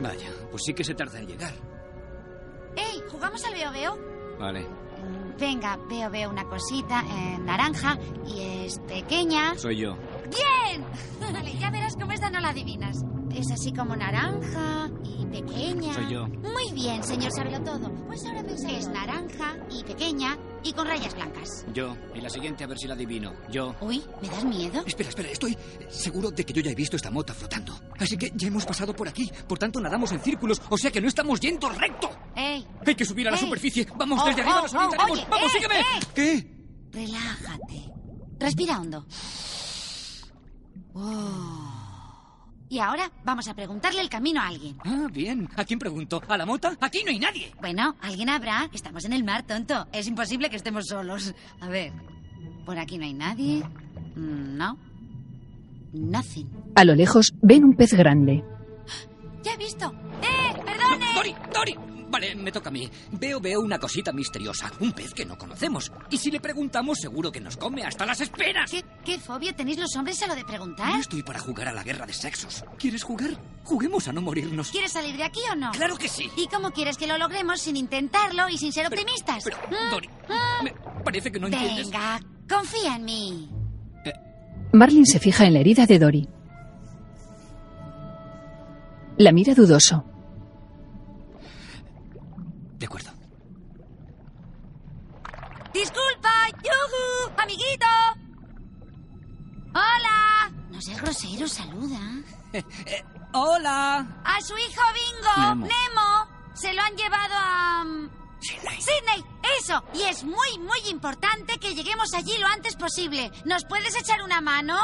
S10: Vaya, pues sí que se tarda en llegar.
S4: ¡Ey! ¿Jugamos al veo veo?
S10: Vale.
S4: Venga, veo veo una cosita eh, naranja y es pequeña.
S10: Soy yo.
S4: ¡Bien! Vale, ya verás cómo esta no la adivinas. Es así como naranja y pequeña.
S10: Soy yo.
S4: Muy bien, señor Sábelo Todo. Pues ahora pensé. Es naranja y pequeña y con rayas blancas.
S2: Yo. Y la siguiente, a ver si la adivino. Yo.
S4: Uy, ¿me das miedo?
S2: Espera, espera. Estoy seguro de que yo ya he visto esta mota flotando. Así que ya hemos pasado por aquí. Por tanto, nadamos en círculos. O sea que no estamos yendo recto.
S4: ¡Ey!
S2: Hay que subir a la
S4: Ey.
S2: superficie. Vamos,
S4: Oh,
S2: desde arriba
S4: oh,
S2: nos
S4: oh,
S2: orientaremos.
S4: oye,
S2: ¡Vamos,
S4: eh,
S2: sígueme!
S4: eh.
S2: ¿Qué?
S4: Relájate. Respira hondo. Oh. Y ahora vamos a preguntarle el camino a alguien.
S2: Ah, bien. ¿A quién pregunto? ¿A la mota? Aquí no hay nadie.
S4: Bueno, alguien habrá. Estamos en el mar, tonto. Es imposible que estemos solos. A ver. Por aquí no hay nadie. Mm, No. Nothing.
S1: A lo lejos ven un pez grande.
S4: ¡Ya he visto! ¡Eh! ¡Perdone!
S2: ¡Dori! ¡Dori! Vale, me toca a mí. Veo, veo una cosita misteriosa. Un pez que no conocemos. Y si le preguntamos, seguro que nos come hasta las esperas.
S4: ¿Qué, qué fobia tenéis los hombres a lo de preguntar?
S2: No estoy para jugar a la guerra de sexos. ¿Quieres jugar? Juguemos a no morirnos.
S4: ¿Quieres salir de aquí o no?
S2: Claro que sí.
S4: ¿Y cómo quieres que lo logremos sin intentarlo y sin ser optimistas? ¿Mm?
S2: Dori, me parece que no entiendes.
S4: Venga, confía en mí.
S1: Marlin se fija en la herida de Dory. La mira dudoso.
S2: De acuerdo.
S4: ¡Disculpa! ¡Yuhu! ¡Amiguito! ¡Hola! No seas grosero, saluda.
S2: ¡Hola!
S4: ¡A su hijo Bingo!
S2: Nemo.
S4: Se lo han llevado a... Sydney. Sydney, eso. Y es muy, muy importante que lleguemos allí lo antes posible. ¿Nos puedes echar una mano?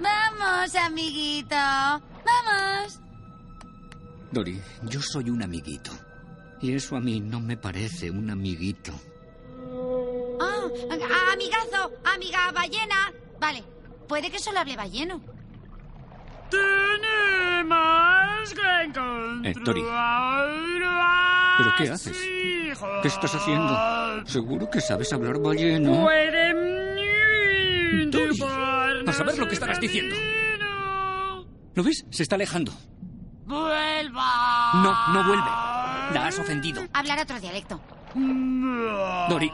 S4: Vamos, amiguito. Vamos.
S2: Dori, yo soy un amiguito. Y eso a mí no me parece un amiguito.
S4: Ah, a- amigazo, amiga ballena. Vale, puede que solo hable balleno.
S30: Tenemos que encontrar
S2: Eh, Tori.
S30: a
S2: ¿Pero qué haces?
S30: hijo.
S2: ¿Qué estás haciendo? Seguro que sabes hablar balleno.
S4: Pues-
S30: Pueden
S2: Tori, a saber lo que estarás diciendo. ¿Lo ves? Se está alejando.
S30: Vuelva.
S2: No, no vuelve. La has ofendido.
S4: Hablar otro dialecto.
S2: Dori.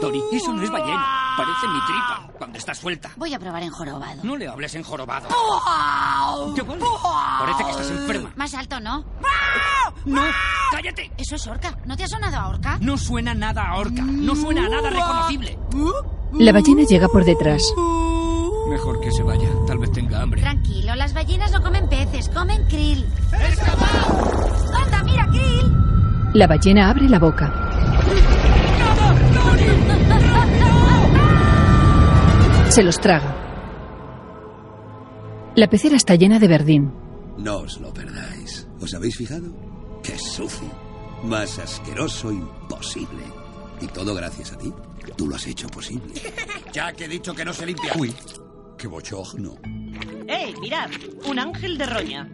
S2: Dori, eso no es balleno. Parece mi tripa cuando está suelta.
S4: Voy a probar en jorobado.
S2: No le hables en jorobado.
S4: ¡Buau!
S2: Ya vale. Parece que estás enferma.
S4: Más alto, ¿no?
S2: ¡No! ¡Cállate!
S4: Eso es orca. ¿No te ha sonado a orca?
S2: No suena nada a orca. No suena a nada reconocible.
S4: Uh.
S1: La ballena llega por detrás.
S2: Mejor que se vaya. Tal vez tenga hambre.
S4: Tranquilo, las ballenas no comen peces, comen krill. ¡Anda, mira, krill!
S1: La ballena abre la boca. Se los traga. La pecera está llena de verdín.
S18: No os lo perdáis. ¿Os habéis fijado? ¡Qué sucio! Más asqueroso imposible. Y todo gracias a ti. Tú lo has hecho posible.
S7: Ya que he dicho que no se limpia.
S18: Uy, qué bochorno.
S9: ¡Ey, mirad! Un ángel de roña.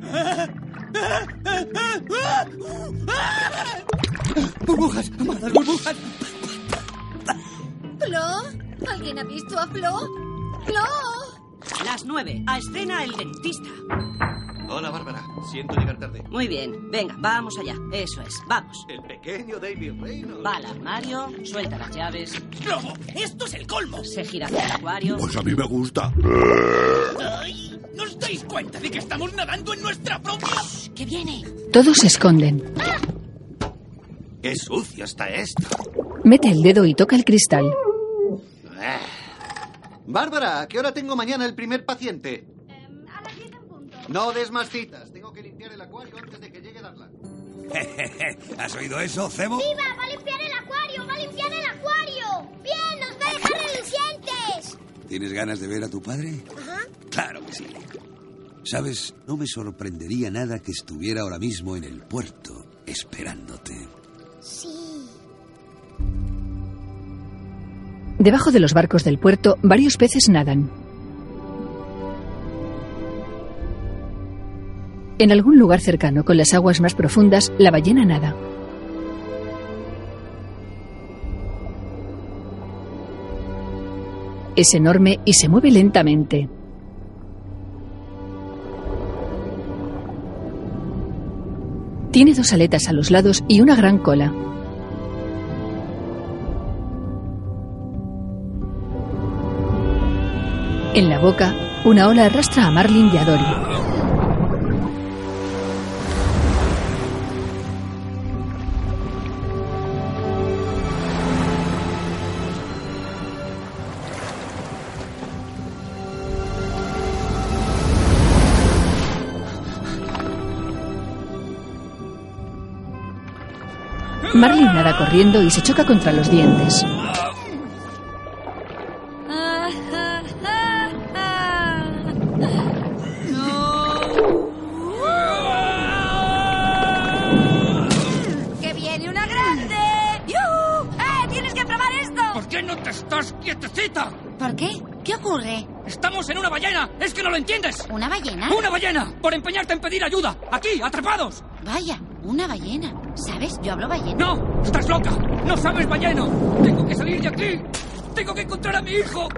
S2: ¡Burbujas! ¡Amadas burbujas!
S8: ¿Flo? ¿Alguien ha visto a Flo? ¡Flo!
S9: Las nueve. A escena el dentista.
S13: Hola, Bárbara. Siento llegar tarde.
S17: Muy bien, venga, vamos allá. Eso es, vamos.
S13: El pequeño David Reynolds.
S17: Bala, Mario, suelta las llaves.
S16: ¡Lobo! ¡Esto es el colmo!
S17: Se gira hacia el acuario.
S31: Pues a mí me gusta.
S16: ¡Ay! ¿No os dais cuenta de que estamos nadando en nuestra propia...
S4: ¡Que viene!
S1: Todos se esconden.
S13: ¡Qué sucio está esto!
S1: Mete el dedo y toca el cristal.
S13: Ah. Bárbara, ¿a qué hora tengo mañana el primer paciente? No des más citas. Tengo que limpiar el acuario antes de que llegue Darla.
S18: ¿Has oído eso, Cebo?
S6: ¡Viva! ¡Va a limpiar el acuario! ¡Va a limpiar el acuario! ¡Bien! ¡Nos va a dejar relucientes!
S18: ¿Tienes ganas de ver a tu padre?
S6: Ajá.
S18: Claro que sí. Sabes, no me sorprendería nada que estuviera ahora mismo en el puerto esperándote.
S6: Sí.
S1: Debajo de los barcos del puerto, varios peces nadan. En algún lugar cercano, con las aguas más profundas, la ballena nada. Es enorme y se mueve lentamente. Tiene dos aletas a los lados y una gran cola. En la boca, una ola arrastra a Marlin y a Dory. Marlin nada corriendo y se choca contra los dientes.
S2: Oh.
S4: ¡Que viene una grande! ¡Yujú! ¡Eh! ¡Tienes que probar esto!
S5: ¿Por qué no te estás quietecita?
S4: ¿Por qué? ¿Qué ocurre?
S5: Estamos en una ballena. ¿Es que no lo entiendes?
S4: ¿Una ballena?
S5: ¡Una ballena! Por empeñarte en pedir ayuda. Aquí, atrapados.
S4: Vaya, una ballena. ¿Sabes? Yo hablo ballena.
S5: ¡No! ¡Estás loca! ¡No sabes balleno! ¡Tengo que salir de aquí! ¡Tengo que encontrar a mi hijo!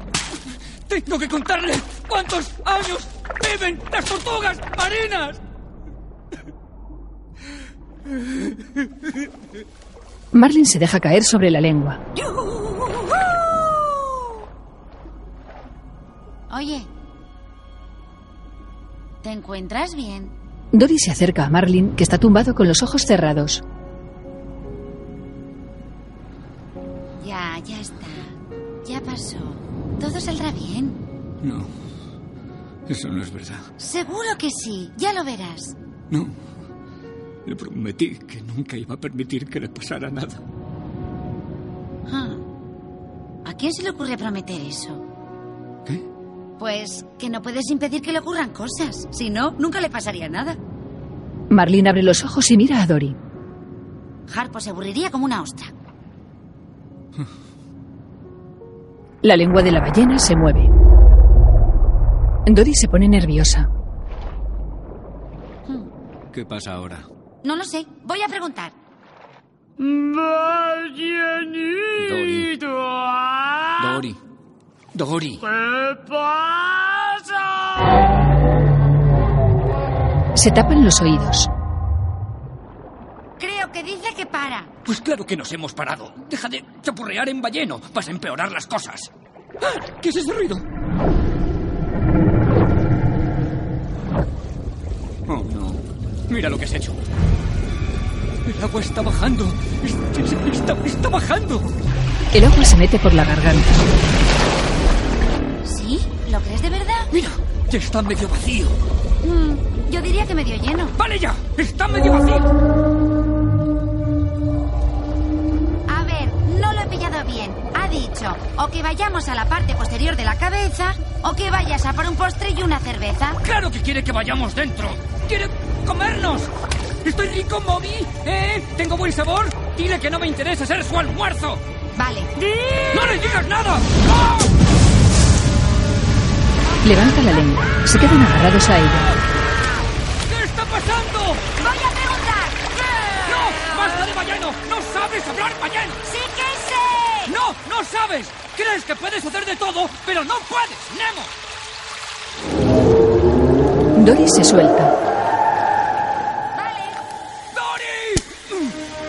S5: ¡Tengo que contarle cuántos años viven las tortugas marinas!
S1: Marlin se deja caer sobre la lengua.
S4: Oye. ¿Te encuentras bien?
S1: Dory se acerca a Marlin, que está tumbado con los ojos cerrados.
S4: Ya, ya está. Ya pasó. Todo saldrá bien.
S2: No. Eso no es verdad.
S4: Seguro que sí. Ya lo verás.
S2: No. Le prometí que nunca iba a permitir que le pasara nada.
S4: Ah. ¿A quién se le ocurre prometer eso?
S2: ¿Qué?
S4: Pues que no puedes impedir que le ocurran cosas. Si no, nunca le pasaría nada.
S1: Marlin abre los ojos y mira a Dory.
S4: Harpo se aburriría como una ostra.
S1: La lengua de la ballena se mueve. Dory se pone nerviosa.
S2: ¿Qué pasa ahora?
S4: No lo sé. Voy a preguntar.
S32: Ballenito.
S2: Dory. Dory.
S32: ¿Qué pasa?
S1: Se tapan los oídos.
S4: Creo que dice que para.
S5: Pues claro que nos hemos parado. Deja de chapurrear en balleno. Vas a empeorar las cosas. ¡Ah! ¿Qué es ese ruido? Oh, no. Mira lo que has hecho. El agua está bajando. Está, está- está bajando.
S1: El agua se mete por la garganta.
S4: ¿Sí? ¿Lo crees de verdad?
S5: Mira, ya está medio vacío.
S4: Mm, yo diría que medio lleno.
S5: ¡Vale ya! ¡Está medio vacío!
S4: A ver, no lo he pillado bien. Ha dicho o que vayamos a la parte posterior de la cabeza o que vayas a por un postre y una cerveza.
S5: ¡Claro que quiere que vayamos dentro! ¡Quiere comernos! ¡Estoy rico, Moby! ¿Eh? ¿Tengo buen sabor? Dile que no me interesa ser su almuerzo.
S4: Vale.
S5: ¡No le digas nada! ¡Ah!
S1: Levanta la lengua. Se quedan agarrados a ella.
S5: ¿Qué está pasando?
S4: ¡Voy a preguntar!
S5: ¡No! ¡Basta de balleno! ¡No sabes hablar balleno!
S4: ¡Sí que sé!
S5: ¡No! ¡No sabes! Crees que puedes hacer de todo, pero no puedes, Nemo.
S1: Dory se suelta.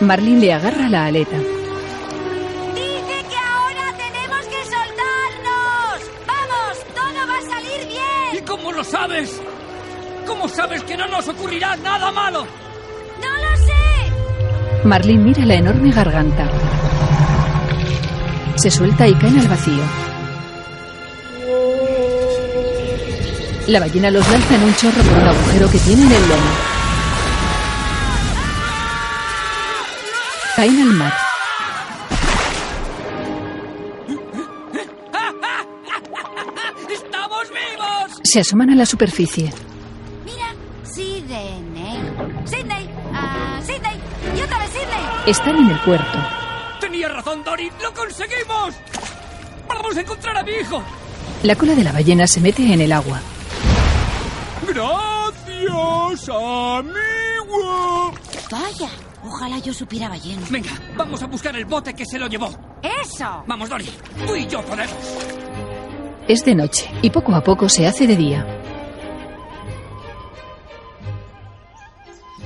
S1: Marlin le agarra la aleta.
S4: ¡Dice que ahora tenemos que soltarnos! ¡Vamos! ¡Todo va a salir bien!
S33: ¿Y cómo lo sabes? ¿Cómo sabes que no nos ocurrirá nada malo?
S4: ¡No lo sé!
S1: Marlin mira la enorme garganta. Se suelta y cae al vacío. La ballena los lanza en un chorro por un agujero que tiene en el lomo. Caen al mar.
S33: ¡Estamos vivos!
S1: Se asoman a la superficie.
S4: Mira, Sidney. Sidney. Ah, Sidney. Y otra vez Sidney.
S1: Están en el puerto.
S33: Tenía razón, Dory. ¡Lo conseguimos! ¡Vamos a encontrar a mi hijo!
S1: La cola de la ballena se mete en el agua.
S33: ¡Gracias, amigo!
S4: Vaya, ojalá yo supiera balleno.
S33: Venga, vamos a buscar el bote que se lo llevó.
S4: ¡Eso!
S33: Vamos, Dory. Tú y yo podemos.
S1: Es de noche y poco a poco se hace de día.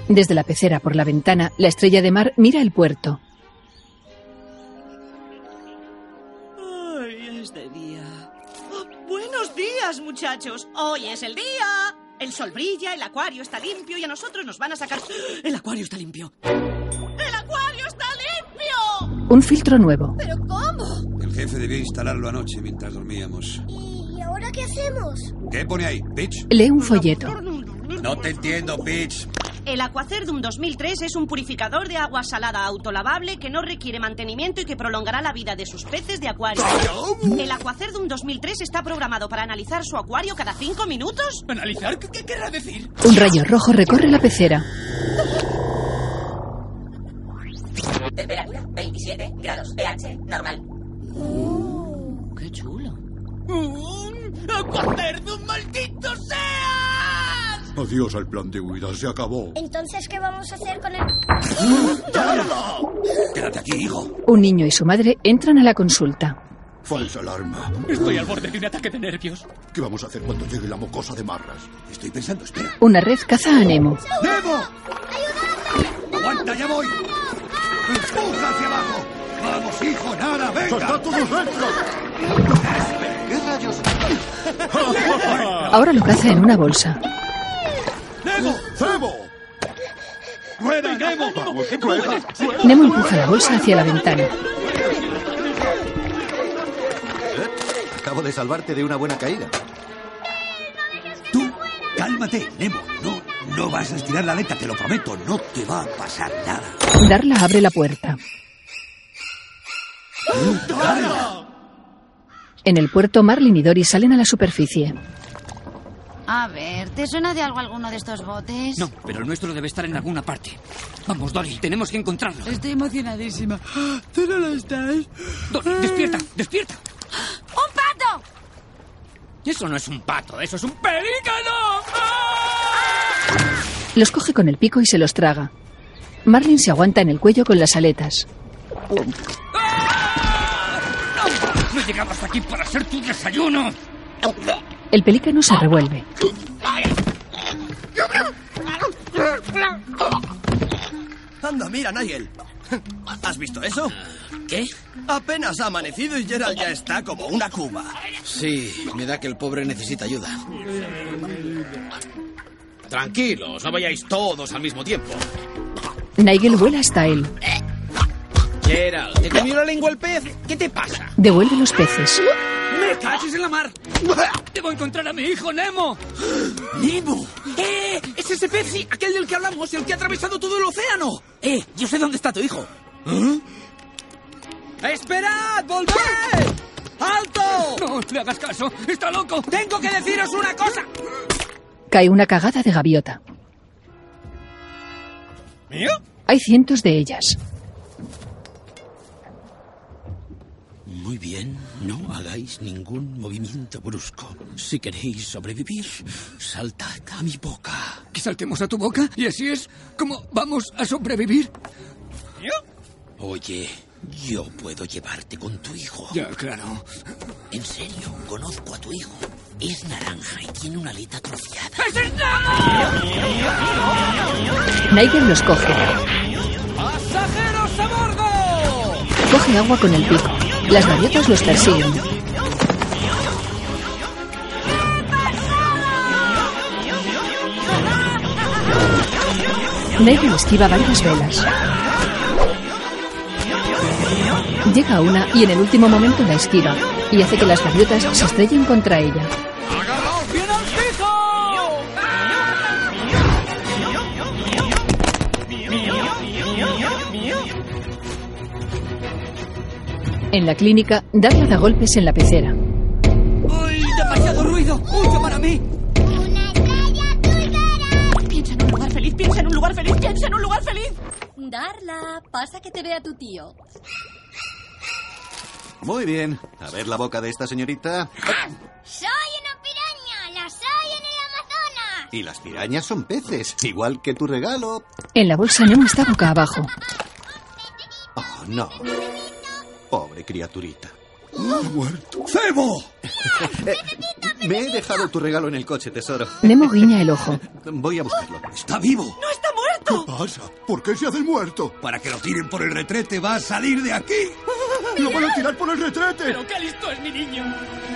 S1: Desde la pecera por la ventana, la estrella de mar mira el puerto.
S17: Hoy es de día. Oh, buenos días, muchachos. Hoy es el día. El sol brilla, el acuario está limpio y a nosotros nos van a sacar. El acuario está limpio. ¡El acuario está limpio!
S1: Un filtro nuevo.
S34: ¿Pero cómo?
S18: El jefe debió instalarlo anoche mientras dormíamos.
S35: ¿Y ahora qué hacemos?
S18: ¿Qué pone ahí, Peach?
S1: Lee un folleto.
S18: No te entiendo, Peach.
S17: El Aquacerdum 2003 es un purificador de agua salada autolavable que no requiere mantenimiento y que prolongará la vida de sus peces de acuario. El Aquacerdum 2003 está programado para analizar su acuario cada cinco minutos.
S6: ¿Analizar? ¿Qué, qué querrá decir?
S1: Un rayo rojo recorre la pecera.
S36: Temperatura 27 grados. pH normal.
S17: Oh, ¡Qué chulo!
S33: Uh,
S6: ¡Un aguacerdum, maldito seas!
S16: Adiós al plan de huida, se acabó.
S35: Entonces, ¿qué vamos a hacer con el...
S18: Quédate aquí, hijo.
S1: Un niño y su madre entran a la consulta.
S16: Falsa alarma.
S6: Estoy al borde de un ataque de nervios.
S16: ¿Qué vamos a hacer cuando llegue la mocosa de marras?
S18: Estoy pensando, espera.
S1: Una red caza a Nemo.
S18: ¡Nemo! ¡Aguanta, ya voy! ¡Empuja hacia abajo! ¡Vamos, hijo, nada, venga!
S16: todos dentro!
S13: ¿Qué rayos?
S1: Ahora lo caza en una bolsa.
S18: ¡Nemo!
S16: ¡Cebo!
S18: ¡Rueda, Nemo! ¡Vamos, rueda!
S1: Nemo empuja la bolsa hacia la ventana.
S13: Acabo de salvarte de una buena caída.
S18: Tú, cálmate, Nemo. No, no vas a estirar la aleta, te lo prometo. No te va a pasar nada.
S1: Darla abre la puerta. En el puerto, Marlin y Dory salen a la superficie.
S4: A ver, ¿te suena de algo alguno de estos botes?
S2: No, pero el nuestro debe estar en alguna parte. Vamos, Dory, tenemos que encontrarlo.
S37: Estoy emocionadísima. ¿Tú no lo estás?
S2: Dory, despierta, despierta.
S4: ¡Un pato!
S2: Eso no es un pato, eso es un pelícano.
S1: Los coge con el pico y se los traga. Marlin se aguanta en el cuello con las aletas.
S2: No llegaba hasta aquí para hacer tu desayuno.
S1: El pelícano se revuelve.
S38: Anda, mira, Nigel. ¿Has visto eso?
S2: ¿Qué?
S38: Apenas ha amanecido y Gerald ya está como una cuba.
S5: Sí, me da que el pobre necesita ayuda. Tranquilos, no vayáis todos al mismo tiempo.
S1: Nigel vuela hasta él.
S5: Gerald, ¿te comió la lengua el pez? ¿Qué te pasa?
S1: Devuelve los peces.
S33: ¡Me caches en la mar! ¡Debo encontrar a mi hijo Nemo!
S5: ¡Nemo! ¡Eh! ¡Es ese pez, sí! ¡Aquel del que hablamos! ¡El que ha atravesado todo el océano! ¡Eh! ¡Yo sé dónde está tu hijo! ¡Esperad! ¡Volved! ¡Alto!
S33: No le hagas caso, está loco.
S5: ¡Tengo que deciros una cosa!
S1: Cae una cagada de gaviota.
S5: ¿Mío?
S1: Hay cientos de ellas.
S5: Muy bien, no hagáis ningún movimiento brusco. Si queréis sobrevivir, saltad a mi boca.
S33: ¿Que saltemos a tu boca? ¿Y así es como vamos a sobrevivir?
S5: Oye, yo puedo llevarte con tu hijo.
S33: Ya, claro.
S5: En serio, conozco a tu hijo. Es naranja y tiene una aleta atrofiada.
S33: ¡Ese es Nemo!
S1: Nigel los coge.
S5: ¡Pasajero!
S1: Recoge agua con el pico. Las gaviotas los persiguen. Nigel esquiva varias velas. Llega a una y en el último momento la esquiva y hace que las gaviotas se estrellen contra ella. En la clínica, Darla da golpes en la pecera.
S39: ¡Ay, demasiado ruido! ¡Mucho para mí!
S17: Piensa en un lugar feliz, piensa en un lugar feliz, piensa en un lugar feliz.
S40: Darla, pasa que te vea tu tío.
S13: Muy bien. A ver la boca de esta señorita.
S6: ¡Soy una piraña! ¡La soy en el Amazonas!
S13: Y las pirañas son peces, igual que tu regalo.
S1: En la bolsa Nemo está boca abajo.
S13: Oh, no. Pobre criaturita. Eh,
S41: muerto. ¡Cebo!
S13: Me he dejado tu regalo en el coche, tesoro.
S1: Nemo guiña el ojo.
S13: Voy a buscarlo. ¡Está vivo!
S17: ¡No está muerto!
S41: ¿Qué pasa? ¿Por qué se hace el muerto?
S18: Para que lo tiren por el retrete, va a salir de aquí.
S41: ¡Lo van a tirar por el retrete!
S5: ¡Pero qué listo es mi niño!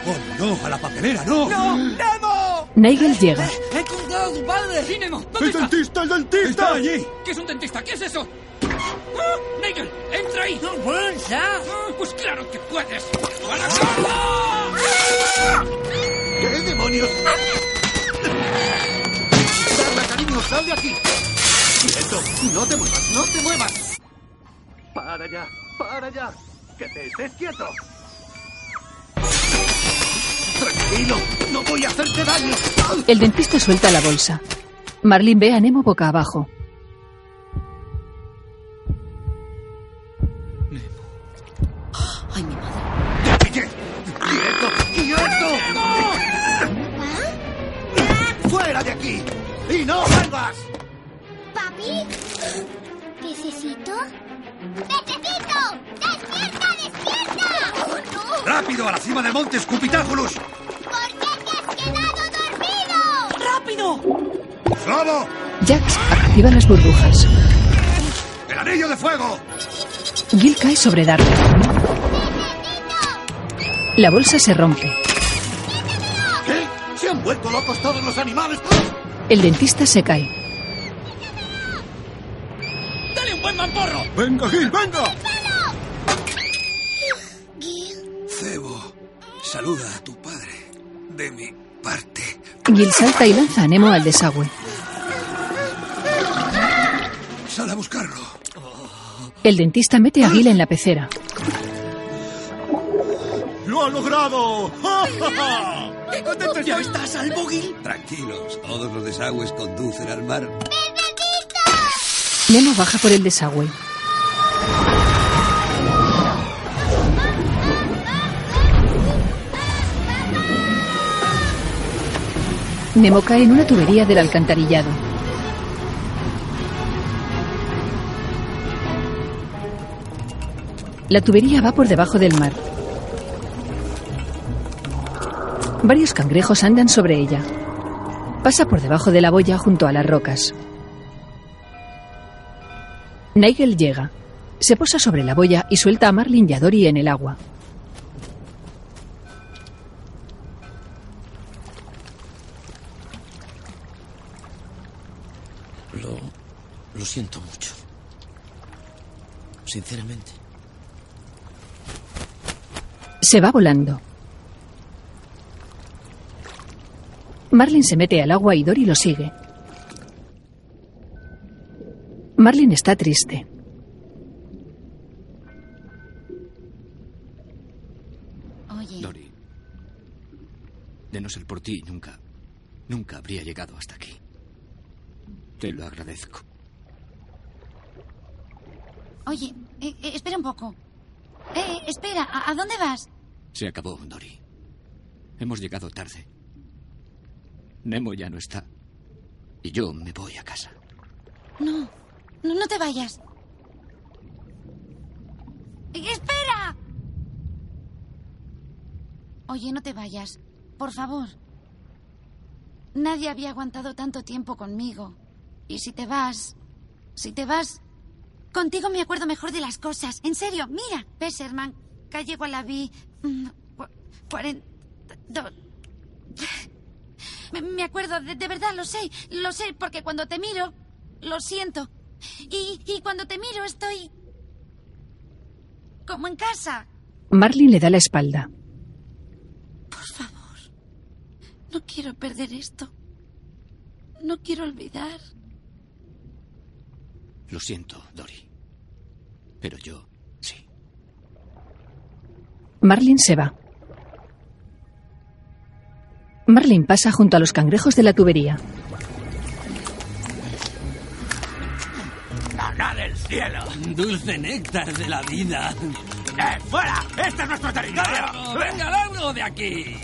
S18: ¡Oh, no! ¡A la papelera, no!
S5: ¡Nemo!
S1: Nigel llega.
S5: ¡He encontrado a tu padre! ¡Sí, Nemo! ¿Dónde
S41: ¡El
S5: está?
S41: dentista, el dentista! ¡Está
S18: allí!
S5: ¿Qué es un dentista? ¿Qué es eso? ¡Ah! ¡Nigel, entra ahí! ¡No puedes! Pues claro que puedes. ¡A la cama!
S16: ¿Qué demonios? ¡Darla, cariño! ¡Sal de aquí! ¡Quieto! ¡No te muevas! ¡No te muevas!
S18: ¡Para ya! ¡Para ya! ¡Que te estés quieto!
S16: ¡Tranquilo! ¡No voy a hacerte daño!
S1: El dentista suelta la bolsa. Marlene ve a Nemo boca abajo.
S40: Ay, mi madre.
S16: ¡Quieto! ¡Quieto! ¡Fuera de aquí! ¡Y no vuelvas!
S6: ¿Papi? ¿Pececito? ¡Pececito! ¡Despierta, despierta! ¡Oh,
S18: ¡Rápido a la cima del monte, Scupitáculus!
S6: no! ¡Quedado dormido!
S17: ¡Rápido!
S18: ¡Lobo!
S1: Jax activa las burbujas.
S18: ¡El anillo de fuego!
S1: Gil cae sobre Darla. La bolsa se rompe.
S16: ¿Qué? ¡Se han vuelto locos todos los animales!
S1: El dentista se cae.
S5: ¡Dale un buen mamporro!
S41: ¡Venga, Gil, venga!
S16: Cebo, saluda a tu padre. De mi parte.
S1: Gil salta y lanza a Nemo al desagüe.
S16: Sal a buscarlo.
S1: El dentista mete a Gil en la pecera.
S41: ¡Lo ha logrado! ¡Ja, ja, ja!
S5: ¡Qué contento estoy! ¿Está a salvo, Gil?
S18: Tranquilos, todos los desagües conducen al mar.
S1: Nemo baja por el desagüe. Nemo cae en una tubería del alcantarillado. La tubería va por debajo del mar. Varios cangrejos andan sobre ella. Pasa por debajo de la boya junto a las rocas. Nigel llega. Se posa sobre la boya y suelta a Marlin y a Dory en el agua.
S42: Lo, lo siento mucho. Sinceramente.
S1: Se va volando. Marlin se mete al agua y Dory lo sigue. Marlin está triste.
S40: Oye,
S2: Dory, de no ser por ti, nunca, nunca habría llegado hasta aquí. Te lo agradezco.
S4: Oye, eh, eh, espera un poco. Eh, eh, espera, ¿a, a dónde vas?
S2: Se acabó, Dory. Hemos llegado tarde. Nemo ya no está. Y yo me voy a casa.
S4: No, no, no te vayas. Eh, ¡Espera! Oye, no te vayas, por favor. Nadie había aguantado tanto tiempo conmigo. Y si te vas, si te vas, Contigo me acuerdo mejor de las cosas. En serio, mira. Besserman, calle Gualabí. mm, cua- cuarenta. do- Me, me acuerdo, de, de verdad, lo sé. Lo sé, porque cuando te miro, lo siento. Y, y cuando te miro, estoy. como en casa.
S1: Marlin le da la espalda.
S4: Por favor. No quiero perder esto. No quiero olvidar.
S2: Lo siento, Dory. Pero yo sí.
S1: Marlin se va. Marlin pasa junto a los cangrejos de la tubería.
S16: ¡Maná del cielo!
S5: Dulce néctar de la vida.
S16: ¡Eh, fuera! ¡Este es nuestro territorio!
S5: ¡Venga, largo de aquí!
S16: ¡Eh,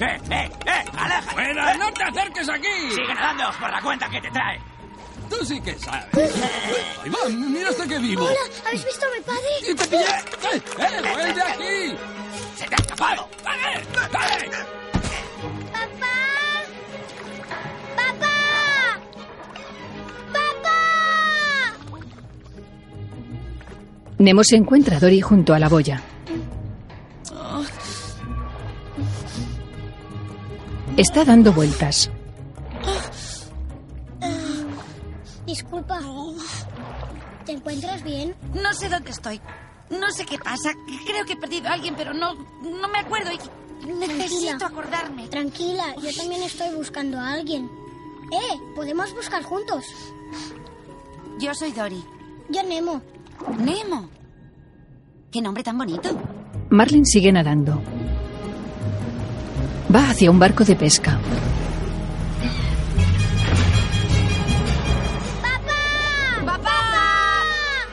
S16: eh, eh! ¡Aléjate!
S5: ¡Fuera,
S16: Eh.
S5: no te acerques aquí!
S16: ¡Sigue nadando por la cuenta que te trae! ¡Eh,
S5: Tú sí que sabes. Iván, mira hasta que vivo.
S6: Hola, ¿habéis visto a mi padre?
S5: ¡Y te pillé! ¡Eh, eh, vuelve aquí!
S16: ¡Se te ha escapado! ¡Dale! ¡Dale!
S6: ¡Papá! ¡Papá! ¡Papá!
S1: Nemo se encuentra a Dory junto a la boya. Está dando vueltas.
S6: Ah, Disculpa. ¿Te encuentras bien?
S4: No sé dónde estoy. No sé qué pasa. Creo que he perdido a alguien, pero no, no me acuerdo y necesito
S6: Tranquila.
S4: acordarme.
S6: Tranquila, yo también estoy buscando a alguien. ¡Eh! Podemos buscar juntos.
S4: Yo soy Dory.
S6: Yo Nemo.
S4: Nemo. Qué nombre tan bonito.
S1: Marlin sigue nadando. Va hacia un barco de pesca.
S6: Ah,
S4: ¡Papá!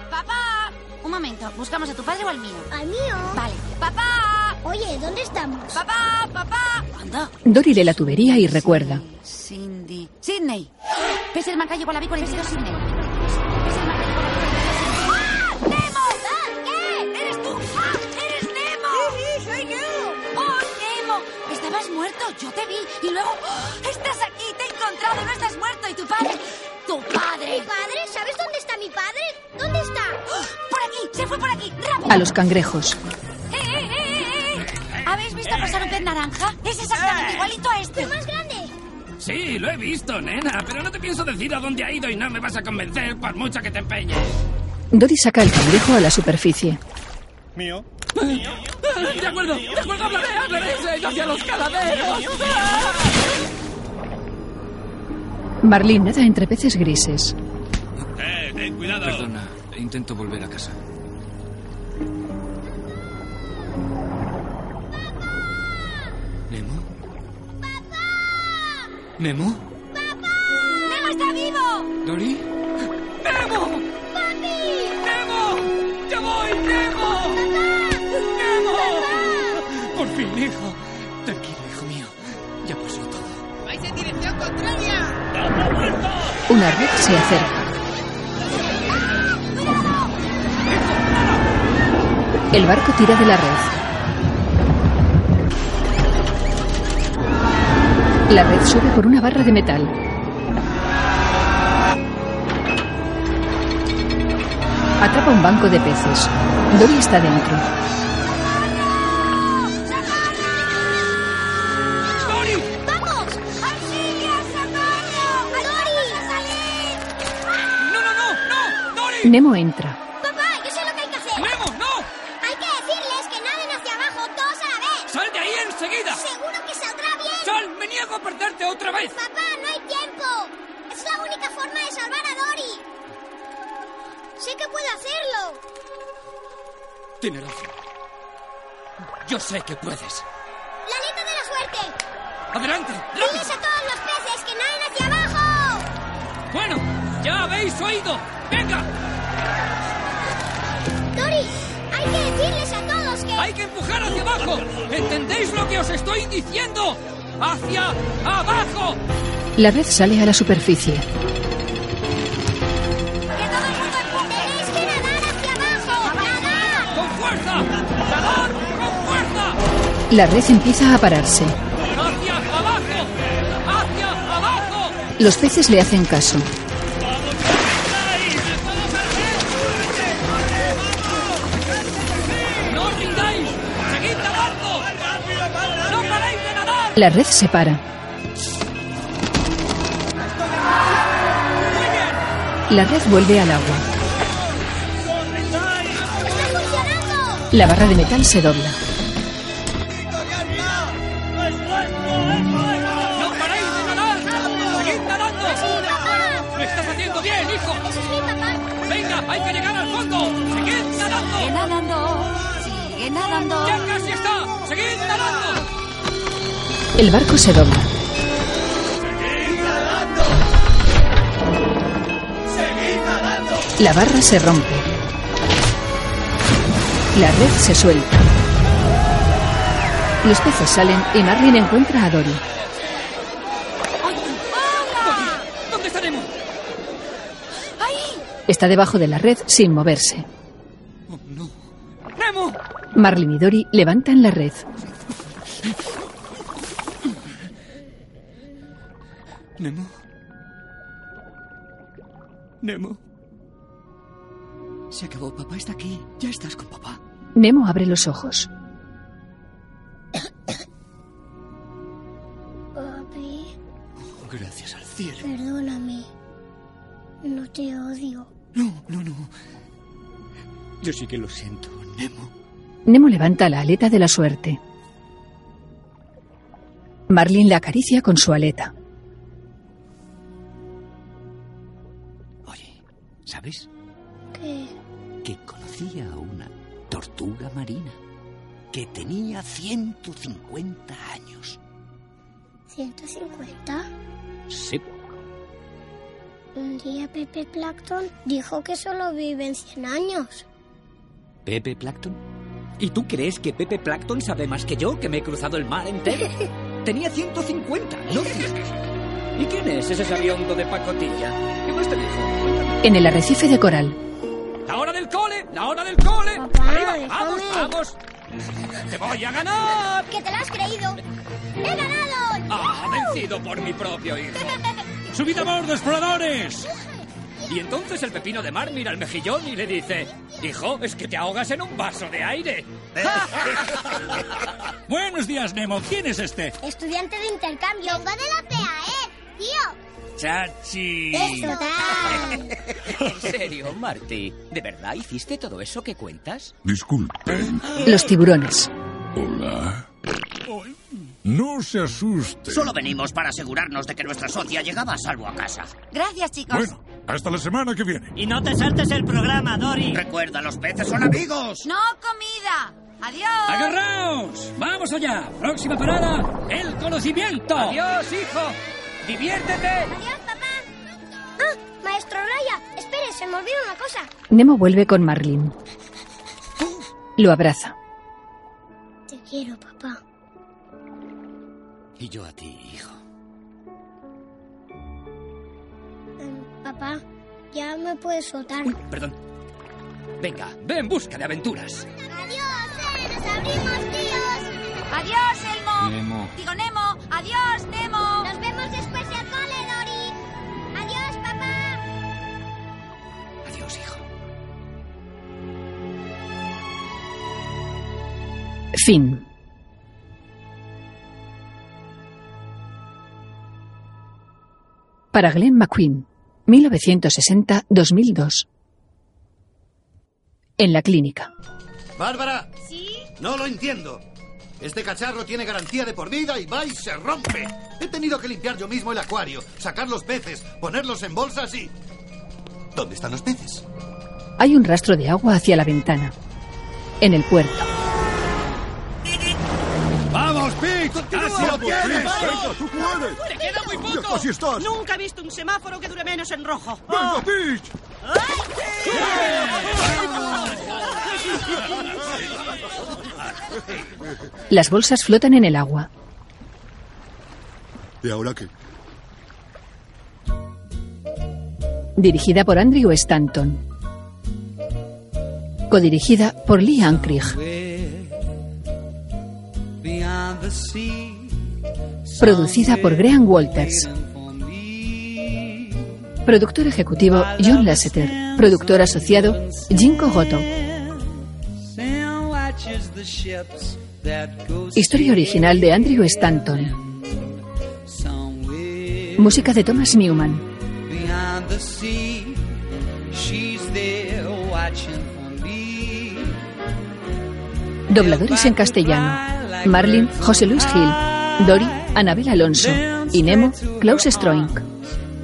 S4: ¡Papá! Un momento, ¿buscamos a tu padre o al mío?
S6: Al mío.
S4: Vale. ¡Papá!
S6: Oye, ¿dónde estamos?
S4: ¡Papá! ¡Papá! ¿Cuándo?
S1: Dory lee la tubería y recuerda.
S4: Cindy. ¡Sidney! ¿Ves el mancayo con la B42, Sidney? ¡Ah!
S6: ¡Nemo! ¿Qué? ¿Eres tú? ¡Ah! ¡Eres Nemo! ¡Sí, soy yo!
S4: ¡Oh, Nemo! Estabas muerto, yo te vi. Y luego... ¡oh! ¡Estás aquí! ¡Te he encontrado! ¡No estás muerto! ¿Y tu padre? ¡Tu
S6: ¿Mi
S4: padre!
S6: padre? ¿Sabes dónde está mi padre? ¿Dónde está?
S4: ¡Por aquí! ¡Se fue por aquí! ¡Rápido!
S1: A los cangrejos.
S4: ¡Eh, eh, eh, eh, eh! ¿Habéis visto pasar un pez naranja? Es exactamente igualito a este.
S6: Eh. ¡Más grande!
S5: Sí, lo he visto, nena, pero no te pienso decir a dónde ha ido y no me vas a convencer por mucho que te empeñes.
S1: Dory saca el cangrejo a la superficie.
S5: ¿Mío? De acuerdo, de acuerdo, hablaré, hablaré, se ha ido hacia los caladeros.
S1: Marlin nada entre peces grises.
S5: Eh, ten cuidado.
S2: Perdona, intento volver a casa. ¿Nemo? ¿Nemo?
S4: ¡Nemo está vivo!
S2: ¿Dory?
S43: ¡Nemo!
S6: ¡Papi!
S43: ¡Nemo! ¡Ya voy, Nemo! ¡Nemo!
S2: Por fin, hijo. Tranquilo, hijo mío. Ya pasó todo.
S43: ¡Vais en dirección contraria!
S1: Una red se acerca. El barco tira de la red. La red sube por una barra de metal. Atrapa un banco de peces. Dory está dentro.
S43: ¡Dory!
S6: ¡Vamos! ¡Auxilio, socorro! ¡Dori! salir!
S43: ¡No, no, no! ¡No! ¡Dory!
S1: Nemo entra.
S6: Papá, yo sé lo que hay que hacer.
S43: ¡Nemo, no!
S6: Hay que decirles que naden hacia abajo todos a la vez.
S43: ¡Sal de ahí enseguida!
S6: Seguro que saldrá bien.
S43: ¡Sal! ¡Me niego a perderte otra vez!
S6: Papá, no hay tiempo. Es la única forma de salvar a Dory. Sé que puedo hacerlo.
S2: Tiene razón. Yo sé que puedes.
S6: La neta de la suerte.
S2: ¡Adelante!
S6: Diles a todos los peces que naden hacia abajo.
S2: Bueno, ya habéis oído. ¡Venga!
S6: Dory, hay que decirles a todos que...
S2: ¡Hay que empujar hacia abajo! ¿Entendéis lo que os estoy diciendo? ¡Hacia abajo!
S1: La red sale a la superficie.
S6: Tenéis que nadar hacia abajo. Nadar.
S2: ¡Con fuerza! ¡Nadad con fuerza!
S1: La red empieza a pararse.
S2: ¡Hacia abajo! ¡Hacia abajo!
S1: Los peces le hacen caso.
S2: ¡Ahí me
S1: La red se para. La red vuelve al agua. La barra de metal se dobla.
S5: ¡No paráis de nadar! ¡Seguid nadando! ¡Lo estás haciendo bien, hijo! ¡Venga, hay que llegar al fondo! ¡Seguid nadando! ¡Sigue nadando! ¡Sigue nadando! ¡Ya casi está! ¡Seguid nadando!
S1: El barco se dobla. La barra se rompe. La red se suelta. Los peces salen y Marlin encuentra a Dory.
S5: ¿Dónde estaremos?
S1: Está debajo de la red sin moverse.
S5: ¡Nemo!
S1: Marlin y Dory levantan la red.
S5: ¿Nemo? Nemo. Se acabó, papá está aquí. Ya estás con papá.
S1: Nemo abre los ojos.
S8: Papi,
S5: Gracias al cielo.
S8: perdóname. No te odio.
S5: No, no, no. Yo sí que lo siento, Nemo.
S1: Nemo levanta la aleta de la suerte. Marlin la acaricia con su aleta.
S2: ¿Sabes?
S8: ¿Qué?
S2: Que conocía a una tortuga marina que tenía 150 años.
S8: ¿150?
S2: Sí.
S8: Un día Pepe Plankton dijo que solo viven 100 años.
S2: ¿Pepe Plankton? ¿Y tú crees que Pepe Plankton sabe más que yo, que me he cruzado el mar entero? Tenía 150, no 100. ¿Y quién es ese sabiondo de pacotilla? ¿Qué más te dijo?
S1: En el arrecife de coral,
S5: ¡La hora del cole! ¡La hora del cole! ¡Arriba! ¡Vamos, vamos! ¡Te voy a ganar!
S8: ¡Que te lo has creído! ¡He ganado!
S5: ¡Ah, vencido por mi propio hijo! ¡Subid a bordo, exploradores! Y entonces el pepino de mar mira al mejillón y le dice: Hijo, es que te ahogas en un vaso de aire.
S44: Buenos días, Nemo. ¿Quién es este?
S8: Estudiante de intercambio. Vengo de la PAE, tío.
S2: ¡Chachi!
S8: Total.
S2: ¿En serio, Marty? ¿De verdad hiciste todo eso que cuentas?
S3: Disculpen.
S1: los tiburones,
S3: Hola. No se asusten.
S45: Solo venimos para asegurarnos de que nuestra socia llegaba a salvo a casa.
S4: Gracias, chicos.
S3: Bueno, hasta la semana que viene.
S45: Y no te saltes el programa, Dory. Recuerda, los peces son amigos.
S4: No comida. Adiós.
S46: ¡Agarraos! ¡Vamos allá! Próxima parada, el conocimiento.
S5: ¡Adiós, hijo! ¡Diviértete!
S8: Adiós, papá. Ah, maestro Raya, espere, se me olvidó una cosa.
S1: Nemo vuelve con Marlin. Lo abraza.
S8: Te quiero, papá.
S2: Y yo a ti, hijo.
S8: Papá, ya me puedes soltar.
S2: Perdón. Venga, ve en busca de aventuras.
S8: Adiós, eh, nos abrimos, tíos.
S4: Adiós, Elmo.
S2: Nemo.
S4: Digo Nemo. Adiós, Nemo.
S8: Nos vemos después del cole, Dory. Adiós, papá.
S2: Adiós, hijo.
S1: Fin. Para Glenn McQueen, 1960-2002. En la clínica,
S13: ¡Bárbara!
S8: ¿Sí?
S13: No lo entiendo. Este cacharro tiene garantía de por vida y va y se rompe. He tenido que limpiar yo mismo el acuario, sacar los peces, ponerlos en bolsas y... ¿Dónde están los peces?
S1: hay un rastro de agua hacia la ventana. En el puerto,
S16: ¡Vamos, Pete! ¡Casi lo
S3: ¡Vamos,
S16: tienes!
S3: Pete!
S16: ¡Venga, tú puedes!
S17: ¡Le queda muy
S3: Ya
S17: poco!
S3: casi estás.
S17: Nunca he visto un semáforo que dure menos en rojo.
S16: ¡Ah!
S17: Oh,
S3: ¡Venga, Peach!
S1: las bolsas flotan en el agua.
S3: ¿Y ahora qué?
S1: Dirigida por Andrew Stanton. Codirigida por Lee Ankrich.
S21: Beyond the sea,
S1: Producida por Graham Walters. Productor ejecutivo John Lasseter. Productor asociado Jinko Goto.
S21: Sam watches the ships that go
S1: Historia original de Andrew Stanton. Música de Thomas Newman.
S21: behind the sea. She's there watching for me.
S1: Dobladores en castellano. Marlin, José Luis Gil. Dori, Anabel Alonso. Y Nemo, Klaus Stroink.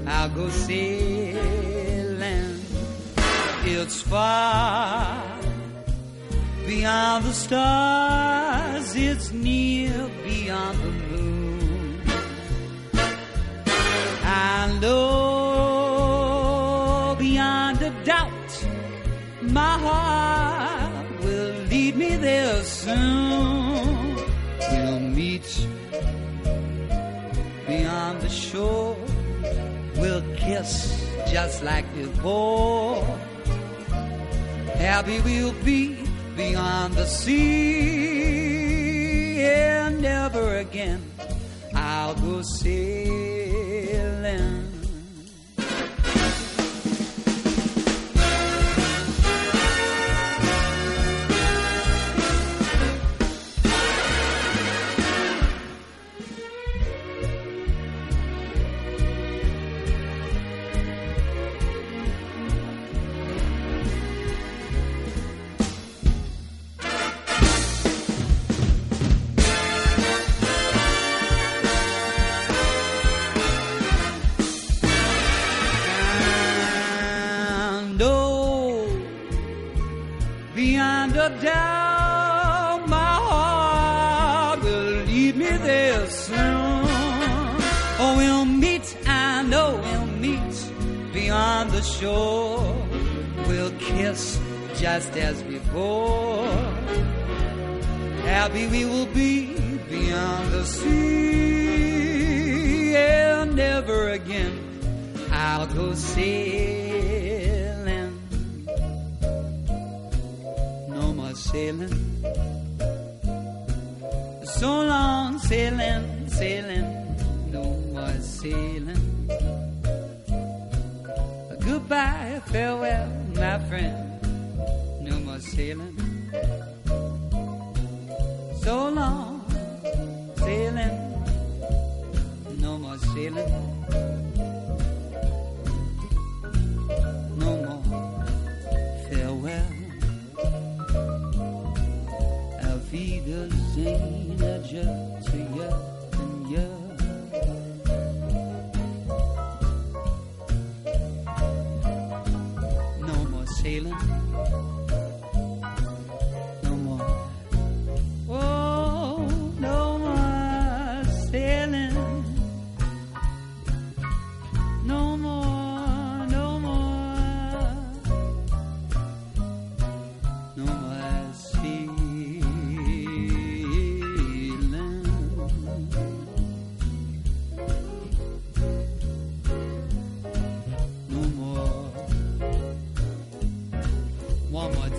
S21: I'll go sailing. It's far beyond the stars. It's near beyond the moon. I know beyond a doubt my heart will lead me there soon. We'll meet beyond the shore. We'll kiss just like before. Happy we'll be beyond the sea. And never again I'll go sailing. and oh, beyond a doubt, my heart will lead me there soon. Oh, we'll meet, I know we'll meet beyond the shore. We'll kiss just as before. Happy we will be beyond the sea, and never again. I'll go sailing. No more sailing. So long sailing, sailing. No more sailing. Goodbye, farewell, my friend. No more sailing. So long sailing. No more sailing. no more. Farewell. Auf Wiedersehen, adieu to you and you. No more sailing. No more. Oh, no more sailing. No more, no more, no more sailing. No more, one more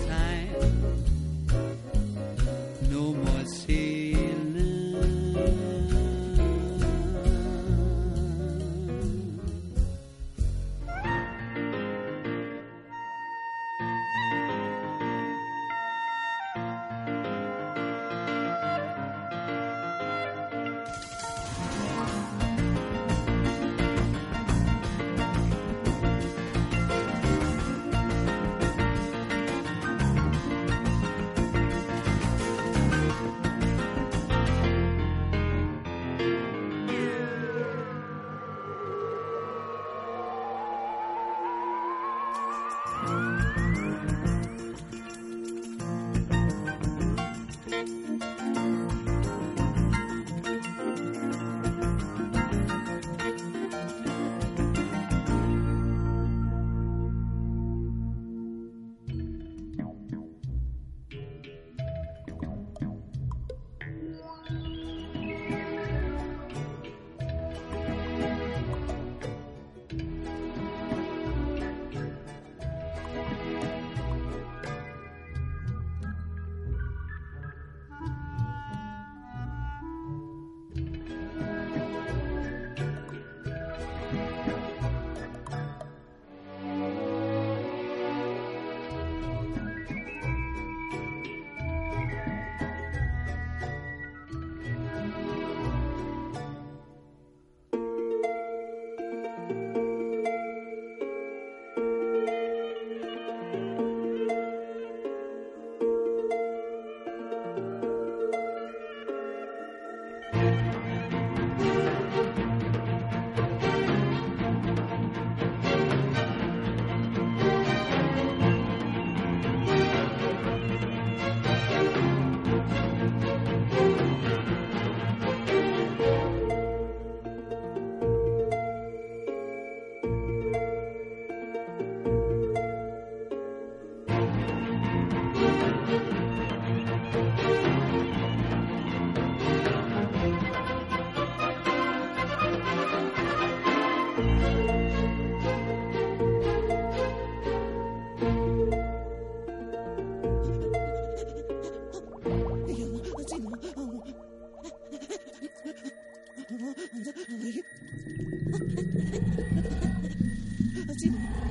S5: Sí.